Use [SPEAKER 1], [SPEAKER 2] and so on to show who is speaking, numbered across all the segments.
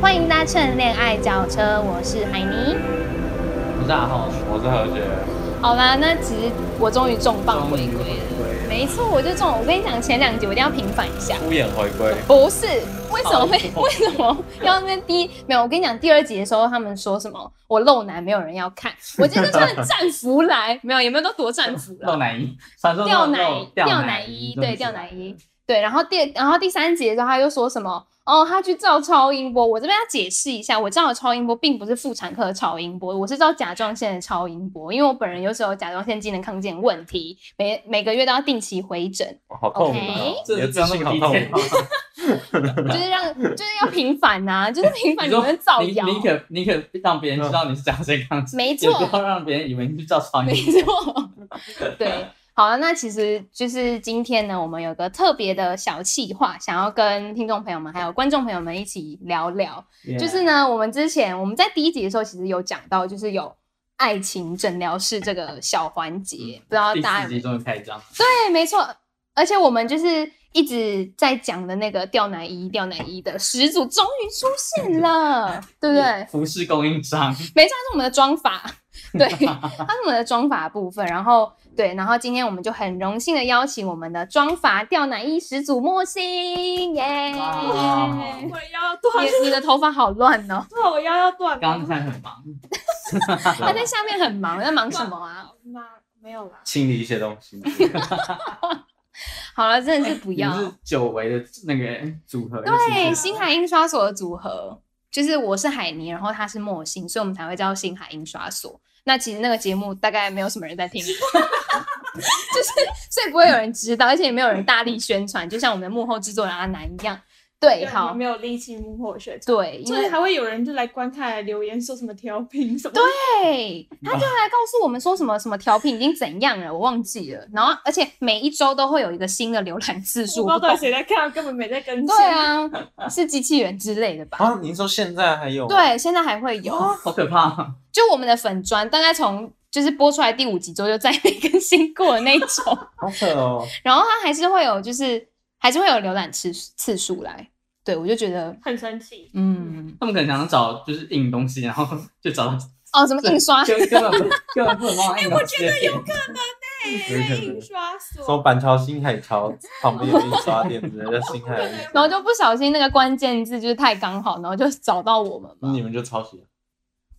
[SPEAKER 1] 欢迎搭乘恋爱轿车，我是海尼。
[SPEAKER 2] 我是阿浩，
[SPEAKER 3] 我是何姐，
[SPEAKER 1] 好吧，那其实我终于重磅回归
[SPEAKER 2] 终于回
[SPEAKER 1] 了。
[SPEAKER 2] 归
[SPEAKER 1] 没错，我就中。我跟你讲，前两集我一定要平反一下。
[SPEAKER 3] 敷衍回归。
[SPEAKER 1] 不是，为什么会
[SPEAKER 2] 好
[SPEAKER 1] 为什么要那边第没有？我跟你讲，第二集的时候他们说什么？我露奶没有人要看，我今天就穿着战服来，没有有没有都夺战服
[SPEAKER 2] 吊
[SPEAKER 1] 了？
[SPEAKER 2] 奶衣，传说中
[SPEAKER 1] 吊
[SPEAKER 2] 的
[SPEAKER 1] 奶
[SPEAKER 2] 肉
[SPEAKER 1] 吊
[SPEAKER 2] 吊
[SPEAKER 1] 奶衣，对吊奶
[SPEAKER 2] 衣
[SPEAKER 1] 衣，对。然后第然后第三集的时候他又说什么？哦，他去照超音波。我这边要解释一下，我照的超音波并不是妇产科的超音波，我是照甲状腺的超音波，因为我本人有时候甲状腺机能康健问题，每每个月都要定期回 诊，
[SPEAKER 3] 哇好透明啊
[SPEAKER 1] OK！
[SPEAKER 3] 你的
[SPEAKER 2] 这是
[SPEAKER 3] 自
[SPEAKER 2] 真
[SPEAKER 3] 信
[SPEAKER 2] 的
[SPEAKER 3] 好
[SPEAKER 2] 好
[SPEAKER 3] 透
[SPEAKER 2] 痛
[SPEAKER 3] 明。
[SPEAKER 1] 就是让就是要平反呐、就是平反
[SPEAKER 2] 你
[SPEAKER 1] 你们造
[SPEAKER 2] 你
[SPEAKER 1] 谣。
[SPEAKER 2] 你可你可让别人知道你是甲健康，
[SPEAKER 1] 没
[SPEAKER 2] 也
[SPEAKER 1] 错，
[SPEAKER 2] 不要让别人以为你是照超
[SPEAKER 1] 没
[SPEAKER 2] 音。
[SPEAKER 1] 错，对。好了，那其实就是今天呢，我们有个特别的小企划，想要跟听众朋友们还有观众朋友们一起聊聊。就是呢，我们之前我们在第一集的时候，其实有讲到，就是有爱情诊疗室这个小环节，不知道
[SPEAKER 2] 嗯第
[SPEAKER 1] 大家
[SPEAKER 2] 四
[SPEAKER 1] 有没有
[SPEAKER 2] 集终于开张，
[SPEAKER 1] 对，没错。而且我们就是一直在讲的那个吊奶衣，吊奶衣的始祖终于出现了，对不对？
[SPEAKER 2] 服饰供应商，
[SPEAKER 1] 没错，它是我们的妆法， 对，它是我们的妆法部分。然后对，然后今天我们就很荣幸的邀请我们的妆法吊奶衣始祖莫欣，耶！
[SPEAKER 2] 哇
[SPEAKER 1] 你
[SPEAKER 4] 我腰要断，
[SPEAKER 1] 你的头发好乱 哦，
[SPEAKER 4] 对，我腰要断
[SPEAKER 2] 刚
[SPEAKER 4] 了。
[SPEAKER 2] 刚才很忙，啊
[SPEAKER 1] 他在下面很忙，在忙什么啊？
[SPEAKER 4] 妈，没有啦。
[SPEAKER 3] 清理一些东西，
[SPEAKER 1] 好了，真的
[SPEAKER 4] 哎
[SPEAKER 1] 是不
[SPEAKER 2] 你
[SPEAKER 1] 要。
[SPEAKER 2] 们是久违的那个组合，
[SPEAKER 1] 对，
[SPEAKER 2] 一起
[SPEAKER 1] 星海印刷所的组合，就是我是海尼，然后他是莫欣，所以我们才会叫星海印刷所。那其实那个节目大概没有什么人 在听，就是所以不会有人知道，而且也没有人大力宣传，就像我们的幕后制作人阿南一样。对，
[SPEAKER 4] 因为我们
[SPEAKER 1] 好，
[SPEAKER 4] 没有力气幕后宣传，
[SPEAKER 1] 对，因
[SPEAKER 4] 所以
[SPEAKER 1] 为
[SPEAKER 4] 还会有人就来观看、来留言说什么调频什么的。
[SPEAKER 1] 对，啊他就来告诉我们说什么什么调频已经怎样了，我忘记了。然后而且每一周都会有一个新的浏览次
[SPEAKER 4] 我
[SPEAKER 1] 数，
[SPEAKER 4] 不知道
[SPEAKER 1] 不
[SPEAKER 4] 到底
[SPEAKER 1] 懂
[SPEAKER 4] 谁在看，根本没在更新。
[SPEAKER 1] 对，啊，是机器人之类的吧？
[SPEAKER 3] 啊，您说现在还
[SPEAKER 4] 哦
[SPEAKER 3] 有？，
[SPEAKER 1] 对，现在还会有。
[SPEAKER 2] 好可怕！哦
[SPEAKER 1] 就我们的粉砖，大概从就是播出来第五集之后就再也没更新过的那种，
[SPEAKER 3] 好扯哦。
[SPEAKER 1] 然后它还是会有就是还是会有浏览次次数来，对我就觉得
[SPEAKER 4] 很生气。
[SPEAKER 1] 嗯
[SPEAKER 2] 他们可能想要找就是印东西，然后就找到
[SPEAKER 1] 哦什么印刷
[SPEAKER 2] 根根本不根本不能
[SPEAKER 1] 哎
[SPEAKER 2] 忘印东西的点。
[SPEAKER 3] 有可
[SPEAKER 4] 印
[SPEAKER 3] 能
[SPEAKER 4] 刷
[SPEAKER 3] 什么
[SPEAKER 4] 所，
[SPEAKER 3] 板桥新海桥旁边有印刷店之类的新海印刷，
[SPEAKER 1] 然后就不小心那个关键字就是太刚好，然后就找到我们
[SPEAKER 3] 那
[SPEAKER 1] 嘛。
[SPEAKER 3] 你们就抄袭了，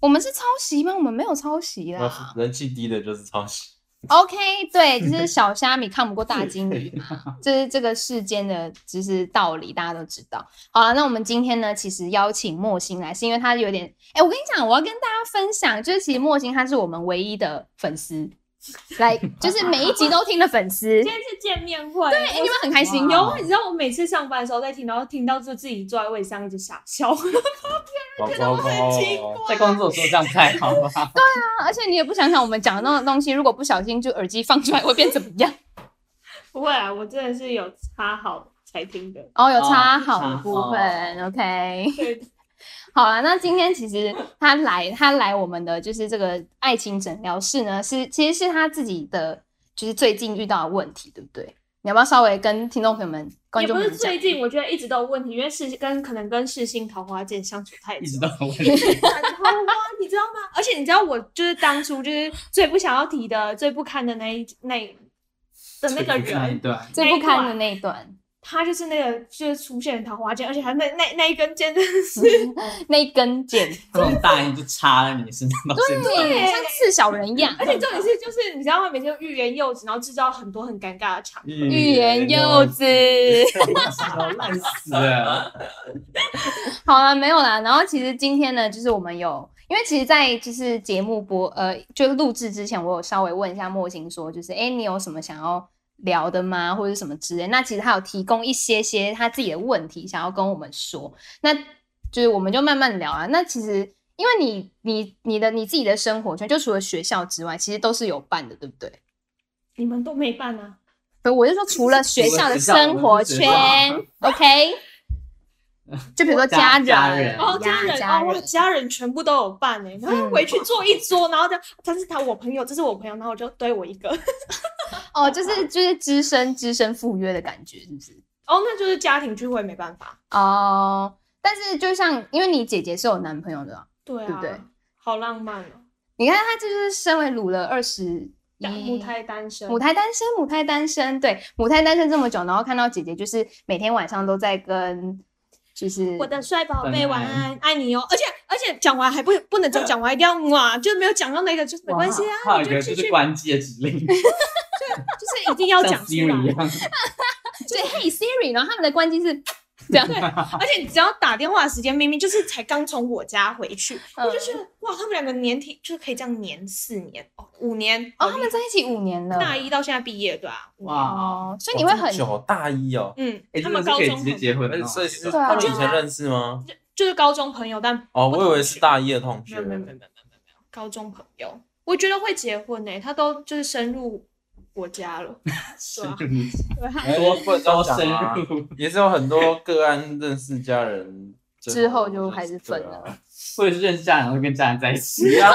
[SPEAKER 1] 我们是抄袭吗？我们没有抄袭啊啦。
[SPEAKER 3] 人气低的就是抄袭。
[SPEAKER 1] OK，对， 就是小虾米看不过大金鱼嘛，这是这个世间的就是道理，大家都知道。好了，那我们今天呢，其实邀请莫欣来，是因为他有点，哎、我跟你讲，我要跟大家分享，就是其实莫欣他是我们唯一的粉丝，来， 就是每一集都听的粉丝
[SPEAKER 4] 今，天是见面会。对，
[SPEAKER 1] 哎、你们很开心
[SPEAKER 2] 哇
[SPEAKER 1] 哟。
[SPEAKER 4] 你知道我每次上班的时候在听，然后听到就自己坐在位置上一直傻笑。
[SPEAKER 3] 宝宝
[SPEAKER 4] 奇
[SPEAKER 3] 宝，
[SPEAKER 2] 在工作的时候这样太好了，
[SPEAKER 1] 而且你也不想想我们讲的那种东西，如果不小心就耳机放出来会变怎么样？
[SPEAKER 4] 不会啊，我真的是有插好才听的。
[SPEAKER 1] 哦，有插
[SPEAKER 2] 哦
[SPEAKER 1] 好的部分、o k
[SPEAKER 4] 对，
[SPEAKER 1] 好了，那今天其实他来，他来我们的就是这个爱情诊疗室呢，是其实是他自己的，就是最近遇到的问题，对不对？你要不要稍微跟听众朋友们、观
[SPEAKER 4] 也
[SPEAKER 1] 众朋
[SPEAKER 4] 不
[SPEAKER 1] 友
[SPEAKER 4] 是
[SPEAKER 1] 们讲
[SPEAKER 4] 最？近，我觉得一直都有问题，因为世跟可能跟世新桃花剑相处太
[SPEAKER 2] 一
[SPEAKER 4] 久
[SPEAKER 2] 直。都很问题。
[SPEAKER 4] 很花，你知道吗？ 而且你知道我就是当初就是最不想要提的、最不堪的那一那一的那个人，
[SPEAKER 2] 对，
[SPEAKER 1] 最不堪的那一段，
[SPEAKER 4] 他就是那个就是出现桃花剑，而且他那那那一根剑真的是
[SPEAKER 1] 那一根剪，
[SPEAKER 2] 这种大印就插在你身上到现在。
[SPEAKER 1] 对，像刺小人一样。
[SPEAKER 4] 而且重点是就是你知道他每天欲言又止，然后制造很多很尴尬的 场面。
[SPEAKER 1] 欲言又止。
[SPEAKER 2] 烂哎死了！
[SPEAKER 1] 好了，没有啦。然后其实今天呢，就是我们有，因为其实，在就是节目播呃，就录制之前，我有稍微问一下莫欣说，就是哎、诶你有什么想要聊的吗，或者什么之类？那其实他有提供一些些他自己的问题，想要跟我们说。那就是我们就慢慢聊啊。那其实。因为你、你、你的、你自己的生活圈，就除了学校之外，其实都是有伴的，对不对？
[SPEAKER 4] 你们都没办啊？
[SPEAKER 1] 不，我就说除了学校的生活圈
[SPEAKER 2] 除了学校
[SPEAKER 1] ，OK？就比如说
[SPEAKER 2] 家
[SPEAKER 1] 人、
[SPEAKER 2] 家人
[SPEAKER 4] 哦，
[SPEAKER 1] 呀
[SPEAKER 4] 家人
[SPEAKER 1] 家
[SPEAKER 4] 哦，我
[SPEAKER 1] 人
[SPEAKER 4] 家人全部都有办哎、然后
[SPEAKER 1] 嗯
[SPEAKER 4] 回去坐一桌，然后就他是他我朋友，这是我朋友，然后我就对我一个，
[SPEAKER 1] 哦，就是就是资深资深赴约的感觉，是不是？
[SPEAKER 4] 哦，那就是家庭聚会没办法。
[SPEAKER 1] 哦，但是就像因为你姐姐是有男朋友的嘛，对
[SPEAKER 4] 对啊，
[SPEAKER 1] 不对
[SPEAKER 4] 好浪漫哦，
[SPEAKER 1] 你看她这就是身为鲁了二十一
[SPEAKER 4] 母胎单身，
[SPEAKER 1] 母胎单身，母胎单身，对，母胎单身这么久，然后看到姐姐就是每天晚上都在跟，就是
[SPEAKER 4] 我的帅宝贝，
[SPEAKER 2] 本
[SPEAKER 4] 晚
[SPEAKER 2] 来
[SPEAKER 4] 安，爱你哦。而且而且讲完还不不能只有讲完，一定要哇，就没有讲到那个，就是没关系啊，
[SPEAKER 2] 还有
[SPEAKER 4] 你
[SPEAKER 2] 一
[SPEAKER 4] 就
[SPEAKER 2] 个
[SPEAKER 4] 继
[SPEAKER 2] 就
[SPEAKER 4] 续
[SPEAKER 2] 是，关机的指令，
[SPEAKER 4] 就是一定 要
[SPEAKER 2] 像
[SPEAKER 4] 讲出
[SPEAKER 2] Siri 一
[SPEAKER 4] 来。
[SPEAKER 2] 样，
[SPEAKER 1] 对 Hey Siri，然后他们的关机是这样，
[SPEAKER 4] 而且你只要打电话的时间，明明就是才刚从我家回去，
[SPEAKER 1] 嗯
[SPEAKER 4] 我就觉得哇，他们两个年体就是可以这样黏四年哦，五年
[SPEAKER 1] 哦，他们在一起五年了，
[SPEAKER 4] 大一到现在毕业对吧？五年
[SPEAKER 2] 哇，
[SPEAKER 1] 哦，所以你会很
[SPEAKER 3] 九大一哦，
[SPEAKER 4] 嗯
[SPEAKER 2] 哎，，
[SPEAKER 4] 他
[SPEAKER 2] 真的
[SPEAKER 4] 们
[SPEAKER 2] 是
[SPEAKER 4] 高
[SPEAKER 2] 可以
[SPEAKER 4] 中哦
[SPEAKER 2] 直
[SPEAKER 4] 朋
[SPEAKER 2] 接
[SPEAKER 4] 友
[SPEAKER 2] 结婚哦
[SPEAKER 3] 而
[SPEAKER 2] 的
[SPEAKER 3] 且
[SPEAKER 2] 那种
[SPEAKER 3] 所以
[SPEAKER 2] 习
[SPEAKER 3] 是
[SPEAKER 2] 惯，
[SPEAKER 1] 对啊
[SPEAKER 3] 他们以前认识吗？
[SPEAKER 4] 就是高中朋友，但
[SPEAKER 3] 哦，
[SPEAKER 4] 不
[SPEAKER 3] 我
[SPEAKER 4] 同
[SPEAKER 3] 以为是
[SPEAKER 4] 学
[SPEAKER 3] 大一的同
[SPEAKER 4] 没
[SPEAKER 3] 学
[SPEAKER 4] 有，没有没有没有没有没有高中朋友，我觉得会结婚呢、他都就是深入我家了，对啊
[SPEAKER 2] 深入
[SPEAKER 4] 对啊
[SPEAKER 3] 哎
[SPEAKER 2] 多
[SPEAKER 3] 不能这样
[SPEAKER 2] 多
[SPEAKER 3] 讲
[SPEAKER 2] 深
[SPEAKER 3] 啊
[SPEAKER 2] 入，
[SPEAKER 3] 也是有很多个案认识家人
[SPEAKER 1] 之后就还是分了
[SPEAKER 3] 对啊
[SPEAKER 2] 或者是认识家人，然后跟家人在一起，
[SPEAKER 3] 你要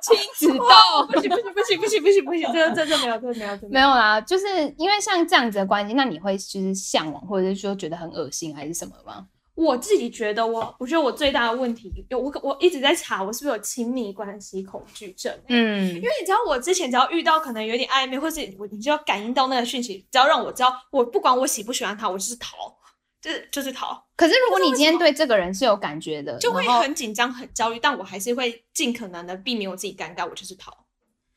[SPEAKER 1] 亲子斗，
[SPEAKER 4] 不行不行不行不行不行不行，这这这没有这哦没有这
[SPEAKER 1] 没有啦，就是因为像这样子的关系，那你会就是向往，或者是说觉得很恶心还是什么吗？
[SPEAKER 4] 我自己觉得我，我觉得我最大的问题，有我我一直在查我是不是有亲密关系恐惧症。
[SPEAKER 1] 嗯
[SPEAKER 4] 因，为你知道，我之前只要遇到可能有点暧昧，或是我你就要感应到那个讯息，只要让我知道，我不管我喜不喜欢他，我就是逃，就是就是逃，
[SPEAKER 1] 可是如果你
[SPEAKER 4] 为
[SPEAKER 1] 今天
[SPEAKER 4] 什么
[SPEAKER 1] 对这个人是有感觉的，
[SPEAKER 4] 就会
[SPEAKER 1] 然后
[SPEAKER 4] 很紧张、很焦虑，但我还是会尽可能的避免我自己尴尬，我就是逃。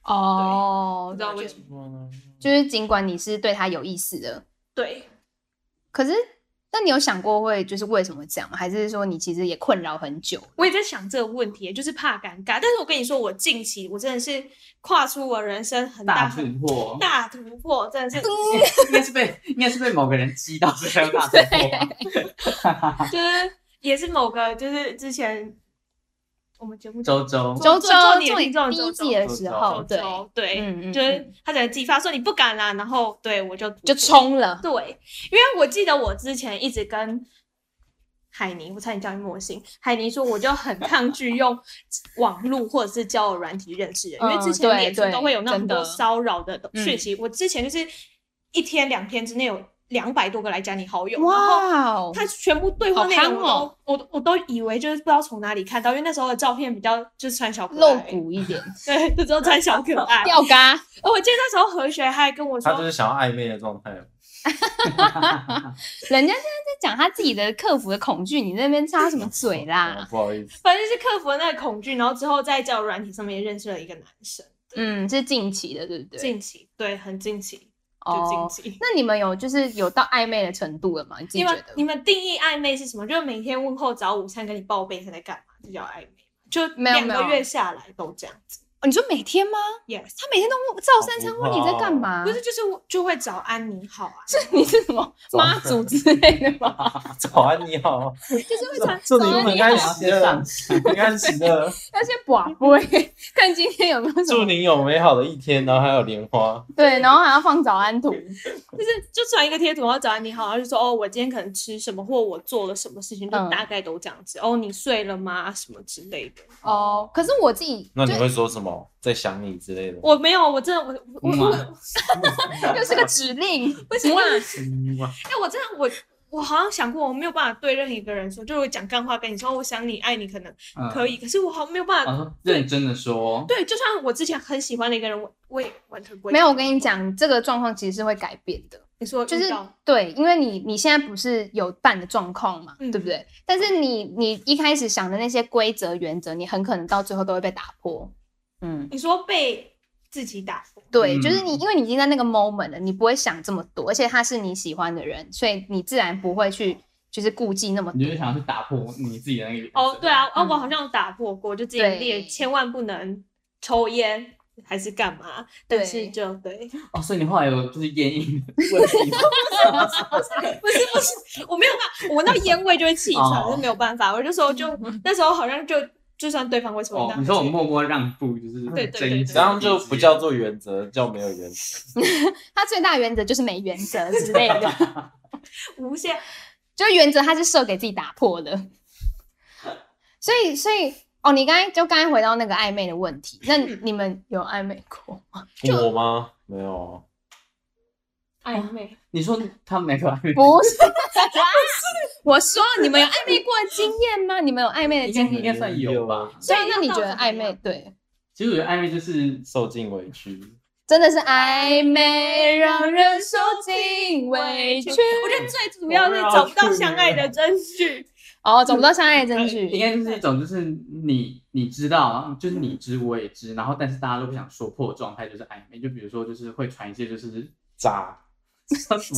[SPEAKER 1] 哦
[SPEAKER 4] 不，知道
[SPEAKER 1] 了解
[SPEAKER 4] 为什么。
[SPEAKER 1] 哦就是尽管你是对他有意思的，
[SPEAKER 4] 对，
[SPEAKER 1] 可是，那你有想过会就是为什么这样吗？还是说你其实也困扰很久？
[SPEAKER 4] 我也在想这个问题，就是怕尴尬。但是我跟你说，我近期我真的是跨出我人生很
[SPEAKER 2] 大
[SPEAKER 4] 大
[SPEAKER 2] 突
[SPEAKER 4] 很
[SPEAKER 2] 破，
[SPEAKER 4] 大突破，真 的是
[SPEAKER 2] 应该是被应该是被某个人激到，所以才有大突破吧。
[SPEAKER 4] 就是也是某个就是之前我们节目
[SPEAKER 2] 周周
[SPEAKER 1] 周周
[SPEAKER 4] 做做哦你的
[SPEAKER 1] 做你
[SPEAKER 4] 听众
[SPEAKER 1] 第一
[SPEAKER 4] 周周
[SPEAKER 1] 季的时候，
[SPEAKER 4] 周
[SPEAKER 1] 对，
[SPEAKER 4] 周对，
[SPEAKER 1] 嗯嗯，
[SPEAKER 4] 就是
[SPEAKER 1] 嗯
[SPEAKER 4] 他整个激发说你不敢啦，然后对我就突
[SPEAKER 1] 就
[SPEAKER 4] 破。
[SPEAKER 1] 冲了，
[SPEAKER 4] 对，因为我记得我之前一直跟海尼，我差点叫你莫欣，海尼说我就很抗拒用网络或者是交友软体认识人，因
[SPEAKER 1] 嗯
[SPEAKER 4] 为之前
[SPEAKER 1] 对
[SPEAKER 4] 脸书
[SPEAKER 1] 对
[SPEAKER 4] 都会有那
[SPEAKER 1] 真
[SPEAKER 4] 种
[SPEAKER 1] 的
[SPEAKER 4] 多骚扰的讯
[SPEAKER 1] 嗯
[SPEAKER 4] 息，我之前就是一天两天之内有两百多个来加你好友，然后。
[SPEAKER 1] 哇哦，
[SPEAKER 4] 他全部对话
[SPEAKER 1] 好
[SPEAKER 4] 内容
[SPEAKER 1] 夯
[SPEAKER 4] 我都、
[SPEAKER 1] 哦
[SPEAKER 4] 我都我都以为就是不知道从哪里看到，因为那时候的照片比较就是穿小可
[SPEAKER 1] 露
[SPEAKER 4] 爱，
[SPEAKER 1] 骨一点，
[SPEAKER 4] 对，就只有穿小可 爱。
[SPEAKER 1] 吊嘎，
[SPEAKER 4] 而我记得那时候何学还跟我
[SPEAKER 3] 他就
[SPEAKER 4] 说，
[SPEAKER 3] 是想要暧昧的状态，
[SPEAKER 1] 人家现在在讲他自己的克服的恐惧，你那边插什么嘴
[SPEAKER 3] 哦
[SPEAKER 1] 啦？
[SPEAKER 3] 不好意思，
[SPEAKER 4] 反正就是克服了那个恐惧，然后之后在交友软体上面也认识了一个男生，
[SPEAKER 1] 嗯，是近期的，对不对？
[SPEAKER 4] 近期对，很近期，就近
[SPEAKER 1] 哦，
[SPEAKER 4] 期。
[SPEAKER 1] 那你们有就是有到暧昧的程度了吗？你自己
[SPEAKER 4] 你
[SPEAKER 1] 觉
[SPEAKER 4] 们
[SPEAKER 1] 得？
[SPEAKER 4] 你们定义暧昧是什么？就是每天问候、早午餐、跟你报备，他在干嘛？这叫暧昧。就
[SPEAKER 1] 没有
[SPEAKER 4] 两
[SPEAKER 1] 没
[SPEAKER 4] 个
[SPEAKER 1] 有
[SPEAKER 4] 月下来都这样子
[SPEAKER 1] 哦你说每天吗？
[SPEAKER 4] ，yes，
[SPEAKER 1] 他每天都问
[SPEAKER 3] 哦
[SPEAKER 1] 照三餐问你在干嘛？
[SPEAKER 4] 不是就是就会早安你好啊，
[SPEAKER 1] 啊 是你是什么
[SPEAKER 3] 早
[SPEAKER 1] 妈祖之类的吗？
[SPEAKER 3] 早安你好，
[SPEAKER 1] 就是会传
[SPEAKER 3] 祝
[SPEAKER 1] 早
[SPEAKER 3] 你
[SPEAKER 1] 安
[SPEAKER 3] 们
[SPEAKER 1] 你
[SPEAKER 3] 开
[SPEAKER 2] 开
[SPEAKER 3] 心
[SPEAKER 2] 始
[SPEAKER 3] 的
[SPEAKER 2] 上，
[SPEAKER 3] 平安喜乐，
[SPEAKER 1] 那些寡妇欸看今天有没有什
[SPEAKER 3] 祝
[SPEAKER 1] 么
[SPEAKER 3] 您有美好的一天，然后还有 莲花，
[SPEAKER 1] 对，然后还要放早安 图，
[SPEAKER 4] 就是就传一个贴图，然后早安你好，然后就说哦，我今天可能吃什么，或我做了什么事情，就
[SPEAKER 1] 嗯
[SPEAKER 4] 大概都这样子。哦，你睡了吗？什么之类的。
[SPEAKER 1] 哦，可是我自己
[SPEAKER 3] 那
[SPEAKER 1] 就
[SPEAKER 3] 你会说什么？在想你之类的，
[SPEAKER 4] 我没有，我真的我我我我
[SPEAKER 2] 哇
[SPEAKER 1] 又是个指 令，
[SPEAKER 4] 不行啊！
[SPEAKER 3] 嗯哇
[SPEAKER 4] 哎、我真的我我好像想过，我没有办法对任何一个人说，就是我讲干话跟你说，我想你爱你可能可
[SPEAKER 2] 以，
[SPEAKER 4] 以，可啊是我好像没有办法。
[SPEAKER 2] 哦认真的说，
[SPEAKER 4] 对，就算我之前很喜欢的一个人，我我也完全不会。
[SPEAKER 1] 没有。我跟你，讲，这个状况其实是会改变的，
[SPEAKER 4] 你说
[SPEAKER 1] 就
[SPEAKER 4] 遇
[SPEAKER 1] 是
[SPEAKER 4] 到
[SPEAKER 1] 对，因为你你现在不是有伴的状况嘛，
[SPEAKER 4] 嗯
[SPEAKER 1] 对不对？但是你你一开始想的那些规则原则，你很可能到最后都会被打破，嗯。
[SPEAKER 4] 你说被自己打破，
[SPEAKER 1] 对，
[SPEAKER 2] 嗯
[SPEAKER 1] 就是你，因为你已经在那个 moment 了，你不会想这么多，而且他是你喜欢的人，所以你自然不会去就是顾忌那么
[SPEAKER 2] 你
[SPEAKER 1] 多
[SPEAKER 2] 就。想要去打破你自己的那个原则
[SPEAKER 4] 哦，对，啊，啊，
[SPEAKER 1] 嗯
[SPEAKER 4] 我好像有打破过，就之
[SPEAKER 1] 对
[SPEAKER 4] 前列千万不能抽烟还是干嘛，但是
[SPEAKER 1] 对
[SPEAKER 4] 就对，
[SPEAKER 2] 哦，所以你后来有就是烟瘾的问题吗，
[SPEAKER 4] 不是不是，我没有办法，我闻到烟味就会气喘，
[SPEAKER 2] 哦
[SPEAKER 4] 就没有办法。我就 说就那时候好像就就算对方为什么
[SPEAKER 2] 哦
[SPEAKER 4] 那，
[SPEAKER 2] 你说我默默让步，就是
[SPEAKER 4] 对对对
[SPEAKER 2] 睁一只
[SPEAKER 3] 这样
[SPEAKER 2] 眼
[SPEAKER 3] 就不 叫做原则，叫没有原则。
[SPEAKER 1] 他最大原则就是没原则之类的，
[SPEAKER 4] 无限
[SPEAKER 1] 就是原则他是设给自己打破的。所以，所以哦，你刚才就刚才回到那个暧昧的问题，那你们有暧昧过吗？
[SPEAKER 3] 我吗？没有，
[SPEAKER 4] 暧昧。
[SPEAKER 2] 啊 你说他们两个还没
[SPEAKER 1] 不是，我说你们有暧昧过的经验吗？你们有暧昧的
[SPEAKER 2] 应该
[SPEAKER 1] 经
[SPEAKER 2] 应
[SPEAKER 1] 历？
[SPEAKER 2] 该算有吧。
[SPEAKER 1] 所以
[SPEAKER 4] 对
[SPEAKER 1] 那你觉
[SPEAKER 4] 要
[SPEAKER 1] 得
[SPEAKER 4] 到什么
[SPEAKER 1] 暧昧
[SPEAKER 4] 样
[SPEAKER 1] 对，
[SPEAKER 2] 其实我觉得暧昧就是
[SPEAKER 3] 受尽委屈，
[SPEAKER 1] 真的是暧昧让人受尽委屈，
[SPEAKER 4] 我觉得最主要是找不到相爱的证据。
[SPEAKER 1] 哦，找不到相爱的证
[SPEAKER 2] 应
[SPEAKER 1] 据。
[SPEAKER 2] 该就是一种就是你你知道，然后就是你知我也知，然后但是大家都不想说破的状态，就是暧昧。就比如说就是会传一 些就是
[SPEAKER 3] 渣，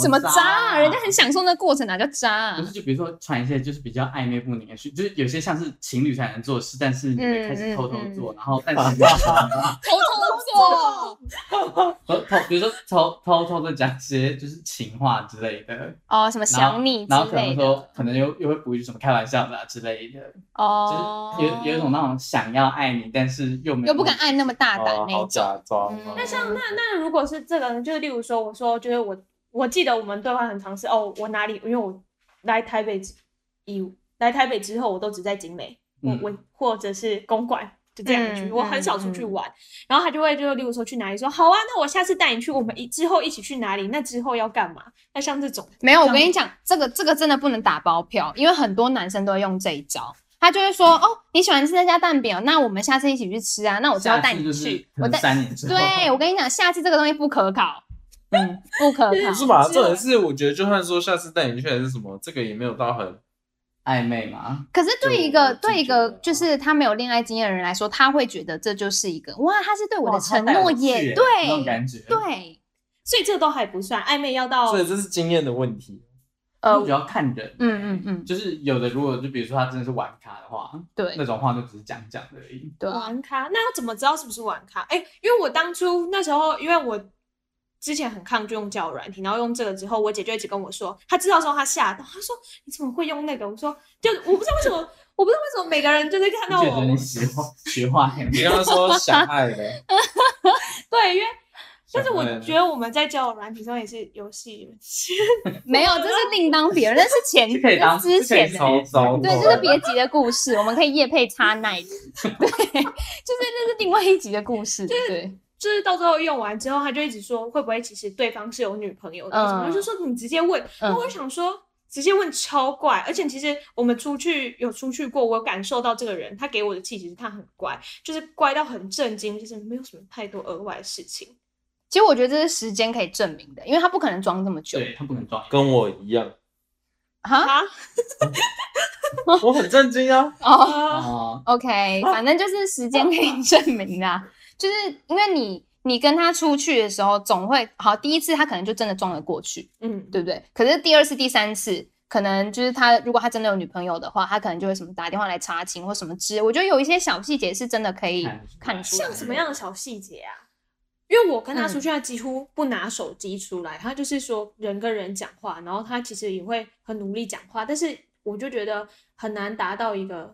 [SPEAKER 1] 什么渣啊？
[SPEAKER 2] 啊，
[SPEAKER 1] 人家很享受那过程，哪叫渣 啊
[SPEAKER 2] 不？是，就比如说传一些就是比较暧昧不明的讯，就是有些像是情侣才能做的事，但是你会开
[SPEAKER 1] 嗯
[SPEAKER 2] 始偷偷做，然后但是
[SPEAKER 1] 偷偷做
[SPEAKER 2] 偷偷，比如说偷偷偷的讲一些就是情话之类的，
[SPEAKER 1] 哦，什么想你之
[SPEAKER 2] 然后可
[SPEAKER 1] 类
[SPEAKER 2] 能
[SPEAKER 1] 的
[SPEAKER 2] 说可能又又会补一句什么开玩笑的、啊、之类的，
[SPEAKER 1] 哦
[SPEAKER 2] 就，是有有一种那种想要爱你，但是又没
[SPEAKER 1] 又
[SPEAKER 2] 有
[SPEAKER 1] 不敢爱那么大胆
[SPEAKER 3] 哦，
[SPEAKER 1] 那
[SPEAKER 3] 好
[SPEAKER 1] 一种。
[SPEAKER 3] 假装
[SPEAKER 1] 嗯
[SPEAKER 3] 哦。
[SPEAKER 1] 那
[SPEAKER 4] 像那那如果是这个呢，就是例如说，我说就是我我记得我们对话很常是哦，我哪里因为我来台北之以来台北之后，我都只在景美，我
[SPEAKER 2] 嗯
[SPEAKER 4] 我或者是公馆。就这样去，
[SPEAKER 1] 嗯
[SPEAKER 4] 我很少出去玩，然后他就会就例如说去哪里说好啊，那我下次带你去，我们一之后一起去哪里？那之后要干嘛？那像这种，
[SPEAKER 1] 没有，我
[SPEAKER 4] 这
[SPEAKER 1] 跟
[SPEAKER 4] 样
[SPEAKER 1] 你讲，这个这个真的不能打包票，因为很多男生都会用这一招。他就会
[SPEAKER 2] 嗯
[SPEAKER 1] 说：“哦，你喜欢吃那家蛋饼哦，那我们下次一起去吃啊。那我之后
[SPEAKER 2] 下
[SPEAKER 1] 带
[SPEAKER 2] 次
[SPEAKER 1] 你
[SPEAKER 2] 就是
[SPEAKER 1] 去，我
[SPEAKER 2] 可能
[SPEAKER 1] 带。
[SPEAKER 2] 三年之后，
[SPEAKER 1] 对，我跟你讲，下次这个东西不可考，嗯，不可
[SPEAKER 3] 不是
[SPEAKER 1] 考。
[SPEAKER 4] 啊
[SPEAKER 3] 嘛？重点是，我觉得就算说下次带你去还是什么，这个也没有到很
[SPEAKER 2] 暧昧嘛，
[SPEAKER 1] 可是对一个
[SPEAKER 3] 就
[SPEAKER 1] 对一
[SPEAKER 3] 就
[SPEAKER 1] 个
[SPEAKER 3] 觉得
[SPEAKER 2] 嗯
[SPEAKER 1] 就是他没有恋爱经验的人来说，他会觉得这就是一个哇，他是对我的
[SPEAKER 2] 哇
[SPEAKER 1] 承诺也对
[SPEAKER 2] 欸那种感觉，
[SPEAKER 1] 对，
[SPEAKER 4] 所以这都还不算暧昧，要到
[SPEAKER 3] 所以这是经验的问题。
[SPEAKER 1] 呃，
[SPEAKER 2] 主要看人，
[SPEAKER 1] 嗯嗯嗯，
[SPEAKER 2] 就是有的如果就比如说他真的是玩咖的话，
[SPEAKER 1] 对
[SPEAKER 2] 那种话就只是讲讲而已。
[SPEAKER 1] 对啊，
[SPEAKER 4] 玩咖，那要怎么知道是不是玩咖？哎、因为我当初那时候，因为我之前很抗拒用交友软体，然后用这个之后，我姐就一直跟我说，她知道之后她吓到，她说你怎么会用那个？我说就我不知道为什么，我不知道为 什么每个人就是看到
[SPEAKER 2] 就觉
[SPEAKER 4] 我
[SPEAKER 2] 得，你学化学化很
[SPEAKER 3] 你刚刚说想爱的，
[SPEAKER 4] 对，因为但是
[SPEAKER 3] 想
[SPEAKER 4] 我
[SPEAKER 3] 爱的
[SPEAKER 4] 觉得我们在交友软体上也是游戏人气，
[SPEAKER 1] 没有，这是另当别 人，那是前
[SPEAKER 2] 是可以当
[SPEAKER 1] 那是之前的
[SPEAKER 3] 可以超糟
[SPEAKER 1] 对，这是别集的故事，我们可以夜配 插那一集。对，就是这是另外一集的故 事。对，
[SPEAKER 4] 就是到最后用完之后，她就一直说会不会其实对方是有女朋友的，什么、
[SPEAKER 1] 嗯
[SPEAKER 4] 就说你直接问，
[SPEAKER 1] 嗯
[SPEAKER 4] 那我想说，直接问超怪，而且其实我们出去有出去过，我有感受到这个人他给我的气质，他很乖，就是乖到很震惊，就是没有什么太多额外的事情。
[SPEAKER 1] 其实我觉得这是时间可以证明的，因为他不可能装这么久
[SPEAKER 2] 对他不能装。
[SPEAKER 3] 跟我一 样，
[SPEAKER 1] 哈
[SPEAKER 4] 啊，
[SPEAKER 3] 我很震惊啊！
[SPEAKER 1] 哦
[SPEAKER 4] 呃
[SPEAKER 2] 哦，
[SPEAKER 1] ，OK，反 正就是时间可以证明的啊， 就是因为你你跟他出去的时候，总会好第一次他可能就真的装得过去，
[SPEAKER 4] 嗯，
[SPEAKER 1] 对不对？可是第二次、第三次，可能就是他如果他真的有女朋友的话，他可能就会什么打电话来查寝或什么之类。我觉得有一些小细节是真的可以
[SPEAKER 3] 哎
[SPEAKER 2] 看得
[SPEAKER 1] 看出
[SPEAKER 2] 出来
[SPEAKER 1] 来
[SPEAKER 4] 像什么样的小细节啊？因为我跟他出去，他啊几乎不拿手机出来，他就是说人跟人讲话，然后他其实也会很努力讲话，但是我就觉得很难达到一个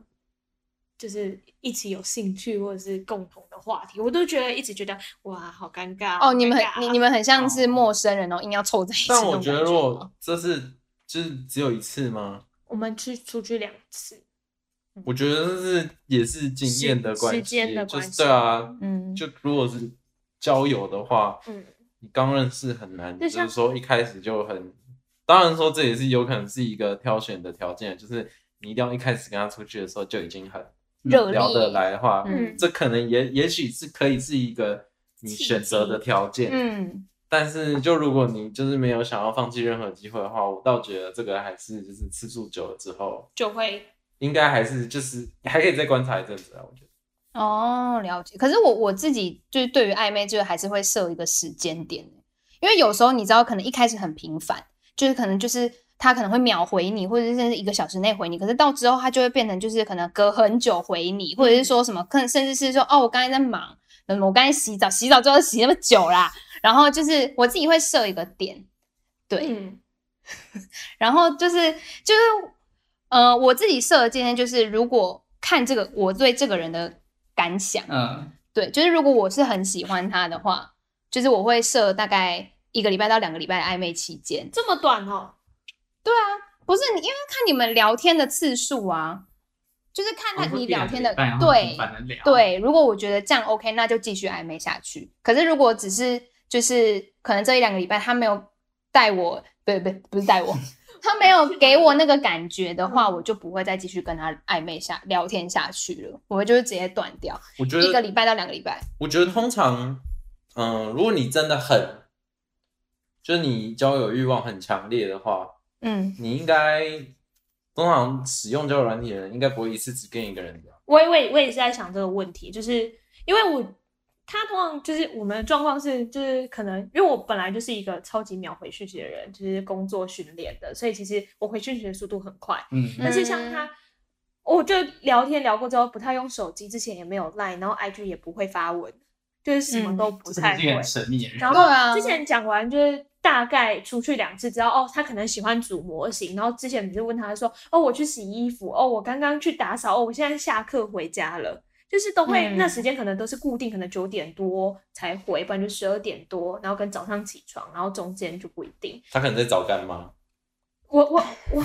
[SPEAKER 4] 就是一起有兴趣或者是共同的话题，我都觉得一直觉得哇，好尴尬
[SPEAKER 1] 哦，你们
[SPEAKER 4] 好尴尬
[SPEAKER 1] 很你你们很像是陌生人哦，硬要凑在一起那
[SPEAKER 3] 但
[SPEAKER 1] 种
[SPEAKER 3] 我
[SPEAKER 1] 感觉吗。
[SPEAKER 3] 觉得如果这是就是只有一次吗？
[SPEAKER 4] 我们去出去两次，
[SPEAKER 3] 我觉得这是也是经验的关系，
[SPEAKER 4] 时间的
[SPEAKER 3] 就
[SPEAKER 4] 关
[SPEAKER 3] 是
[SPEAKER 4] 系，
[SPEAKER 3] 对啊，
[SPEAKER 1] 嗯，
[SPEAKER 3] 就如果是交友的话，
[SPEAKER 4] 嗯，
[SPEAKER 3] 你刚认识很难，
[SPEAKER 4] 就
[SPEAKER 3] 就
[SPEAKER 4] 像
[SPEAKER 3] 是说一开始就很，当然说这也是有可能是一个挑选的条件，就是你一定要一开始跟他出去的时候就已经很
[SPEAKER 1] 热
[SPEAKER 3] 聊得
[SPEAKER 1] 烈，
[SPEAKER 3] 来的话，
[SPEAKER 1] 嗯
[SPEAKER 3] 这可能也也许是可以是一个你选择的条件，
[SPEAKER 1] 嗯，
[SPEAKER 3] 但是就如果你就是没有想要放弃任何机会的话，我倒觉得这个还是就是次数久了之后，
[SPEAKER 4] 就会
[SPEAKER 3] 应该还是就是还可以再观察一阵子啊，我觉得。
[SPEAKER 1] 哦，了解。可是我我自己就是对于暧昧，就是还是会设一个时间点，欸因为有时候你知道，可能一开始很频繁，就是可能就是他可能会秒回你，或者是甚至一个小时内回你，可是到之后他就会变成就是可能隔很久回你，或者是说什么，可能甚至是说哦，我刚才在忙，嗯，我刚才洗澡，洗澡就要洗那么久啦，然后就是我自己会设一个点，对，
[SPEAKER 4] 嗯
[SPEAKER 1] 然后就是就是，呃，我自己设的界限就是，如果看这个我对这个人的感想，
[SPEAKER 2] 嗯，
[SPEAKER 1] 对，就是如果我是很喜欢他的话，就是我会设大概一个礼拜到两个礼拜的暧昧期间。啊
[SPEAKER 4] 这么短哦，
[SPEAKER 1] 不是你，因为看你们聊天的次数啊，就是看
[SPEAKER 2] 然
[SPEAKER 1] 他
[SPEAKER 2] 后
[SPEAKER 1] 你
[SPEAKER 2] 哦一两
[SPEAKER 1] 聊
[SPEAKER 2] 个
[SPEAKER 1] 天的
[SPEAKER 2] 礼拜然后
[SPEAKER 1] 对
[SPEAKER 2] 频繁地聊，
[SPEAKER 1] 对，如果我觉得这样 OK，那就继续暧昧下去。可是如果 只是就是可能这一两个礼拜他没有带我，不不不是带我，他没有给我那个感觉的话，我就不会再继续跟他暧昧下聊天下去了，我就会直接断掉，
[SPEAKER 3] 我觉
[SPEAKER 1] 一个
[SPEAKER 3] 得，
[SPEAKER 1] 礼拜到两个礼拜。
[SPEAKER 3] 我觉得通常，嗯、如果你真的很，就是你交友欲望很强烈的话，
[SPEAKER 1] 嗯，
[SPEAKER 3] 你应该通常使用交友软体的人，应该不会一次只跟一个人聊。
[SPEAKER 4] 我也我也我也是在想这个问题，就是因为我他通常就是我们的状况是，就是可能因为我本来就是一个超级秒回讯息的人，就是工作训练的，所以其实我回讯息的速度很快。
[SPEAKER 2] 嗯，
[SPEAKER 4] 但是像他，我就聊天聊过之后，不太用手机，之前也没有 Line，然后 IG 也不会发文，就是什么都不
[SPEAKER 2] 这真
[SPEAKER 4] 太
[SPEAKER 2] 的是一
[SPEAKER 4] 会。
[SPEAKER 2] 个很神秘的人。
[SPEAKER 4] 然
[SPEAKER 1] 对
[SPEAKER 4] 后
[SPEAKER 1] 啊
[SPEAKER 4] 之前讲完就是大概出去两次，知道哦，他可能喜欢组模型。然后之前你就问他说，哦，我去洗衣服，哦，我刚刚去打扫，哦，我现在下课回家了。就是都会、
[SPEAKER 1] 嗯
[SPEAKER 4] 那时间可能都是固定，可能九点多才回，不然就十二点多，然后跟早上起床，然后中间就不一定。
[SPEAKER 3] 他可能在找干妈。
[SPEAKER 4] 我我我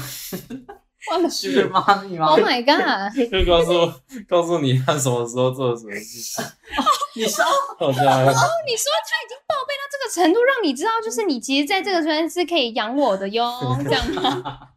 [SPEAKER 1] 我的
[SPEAKER 2] 是妈咪吗
[SPEAKER 1] Oh？my god！
[SPEAKER 3] 就告诉我告诉你他什么时候做了什么事情，
[SPEAKER 2] 你说
[SPEAKER 3] 好像
[SPEAKER 1] 你说他已经报备到这个程度，让你知道就是你其实在这个圈是可以养我的哟，这样吗？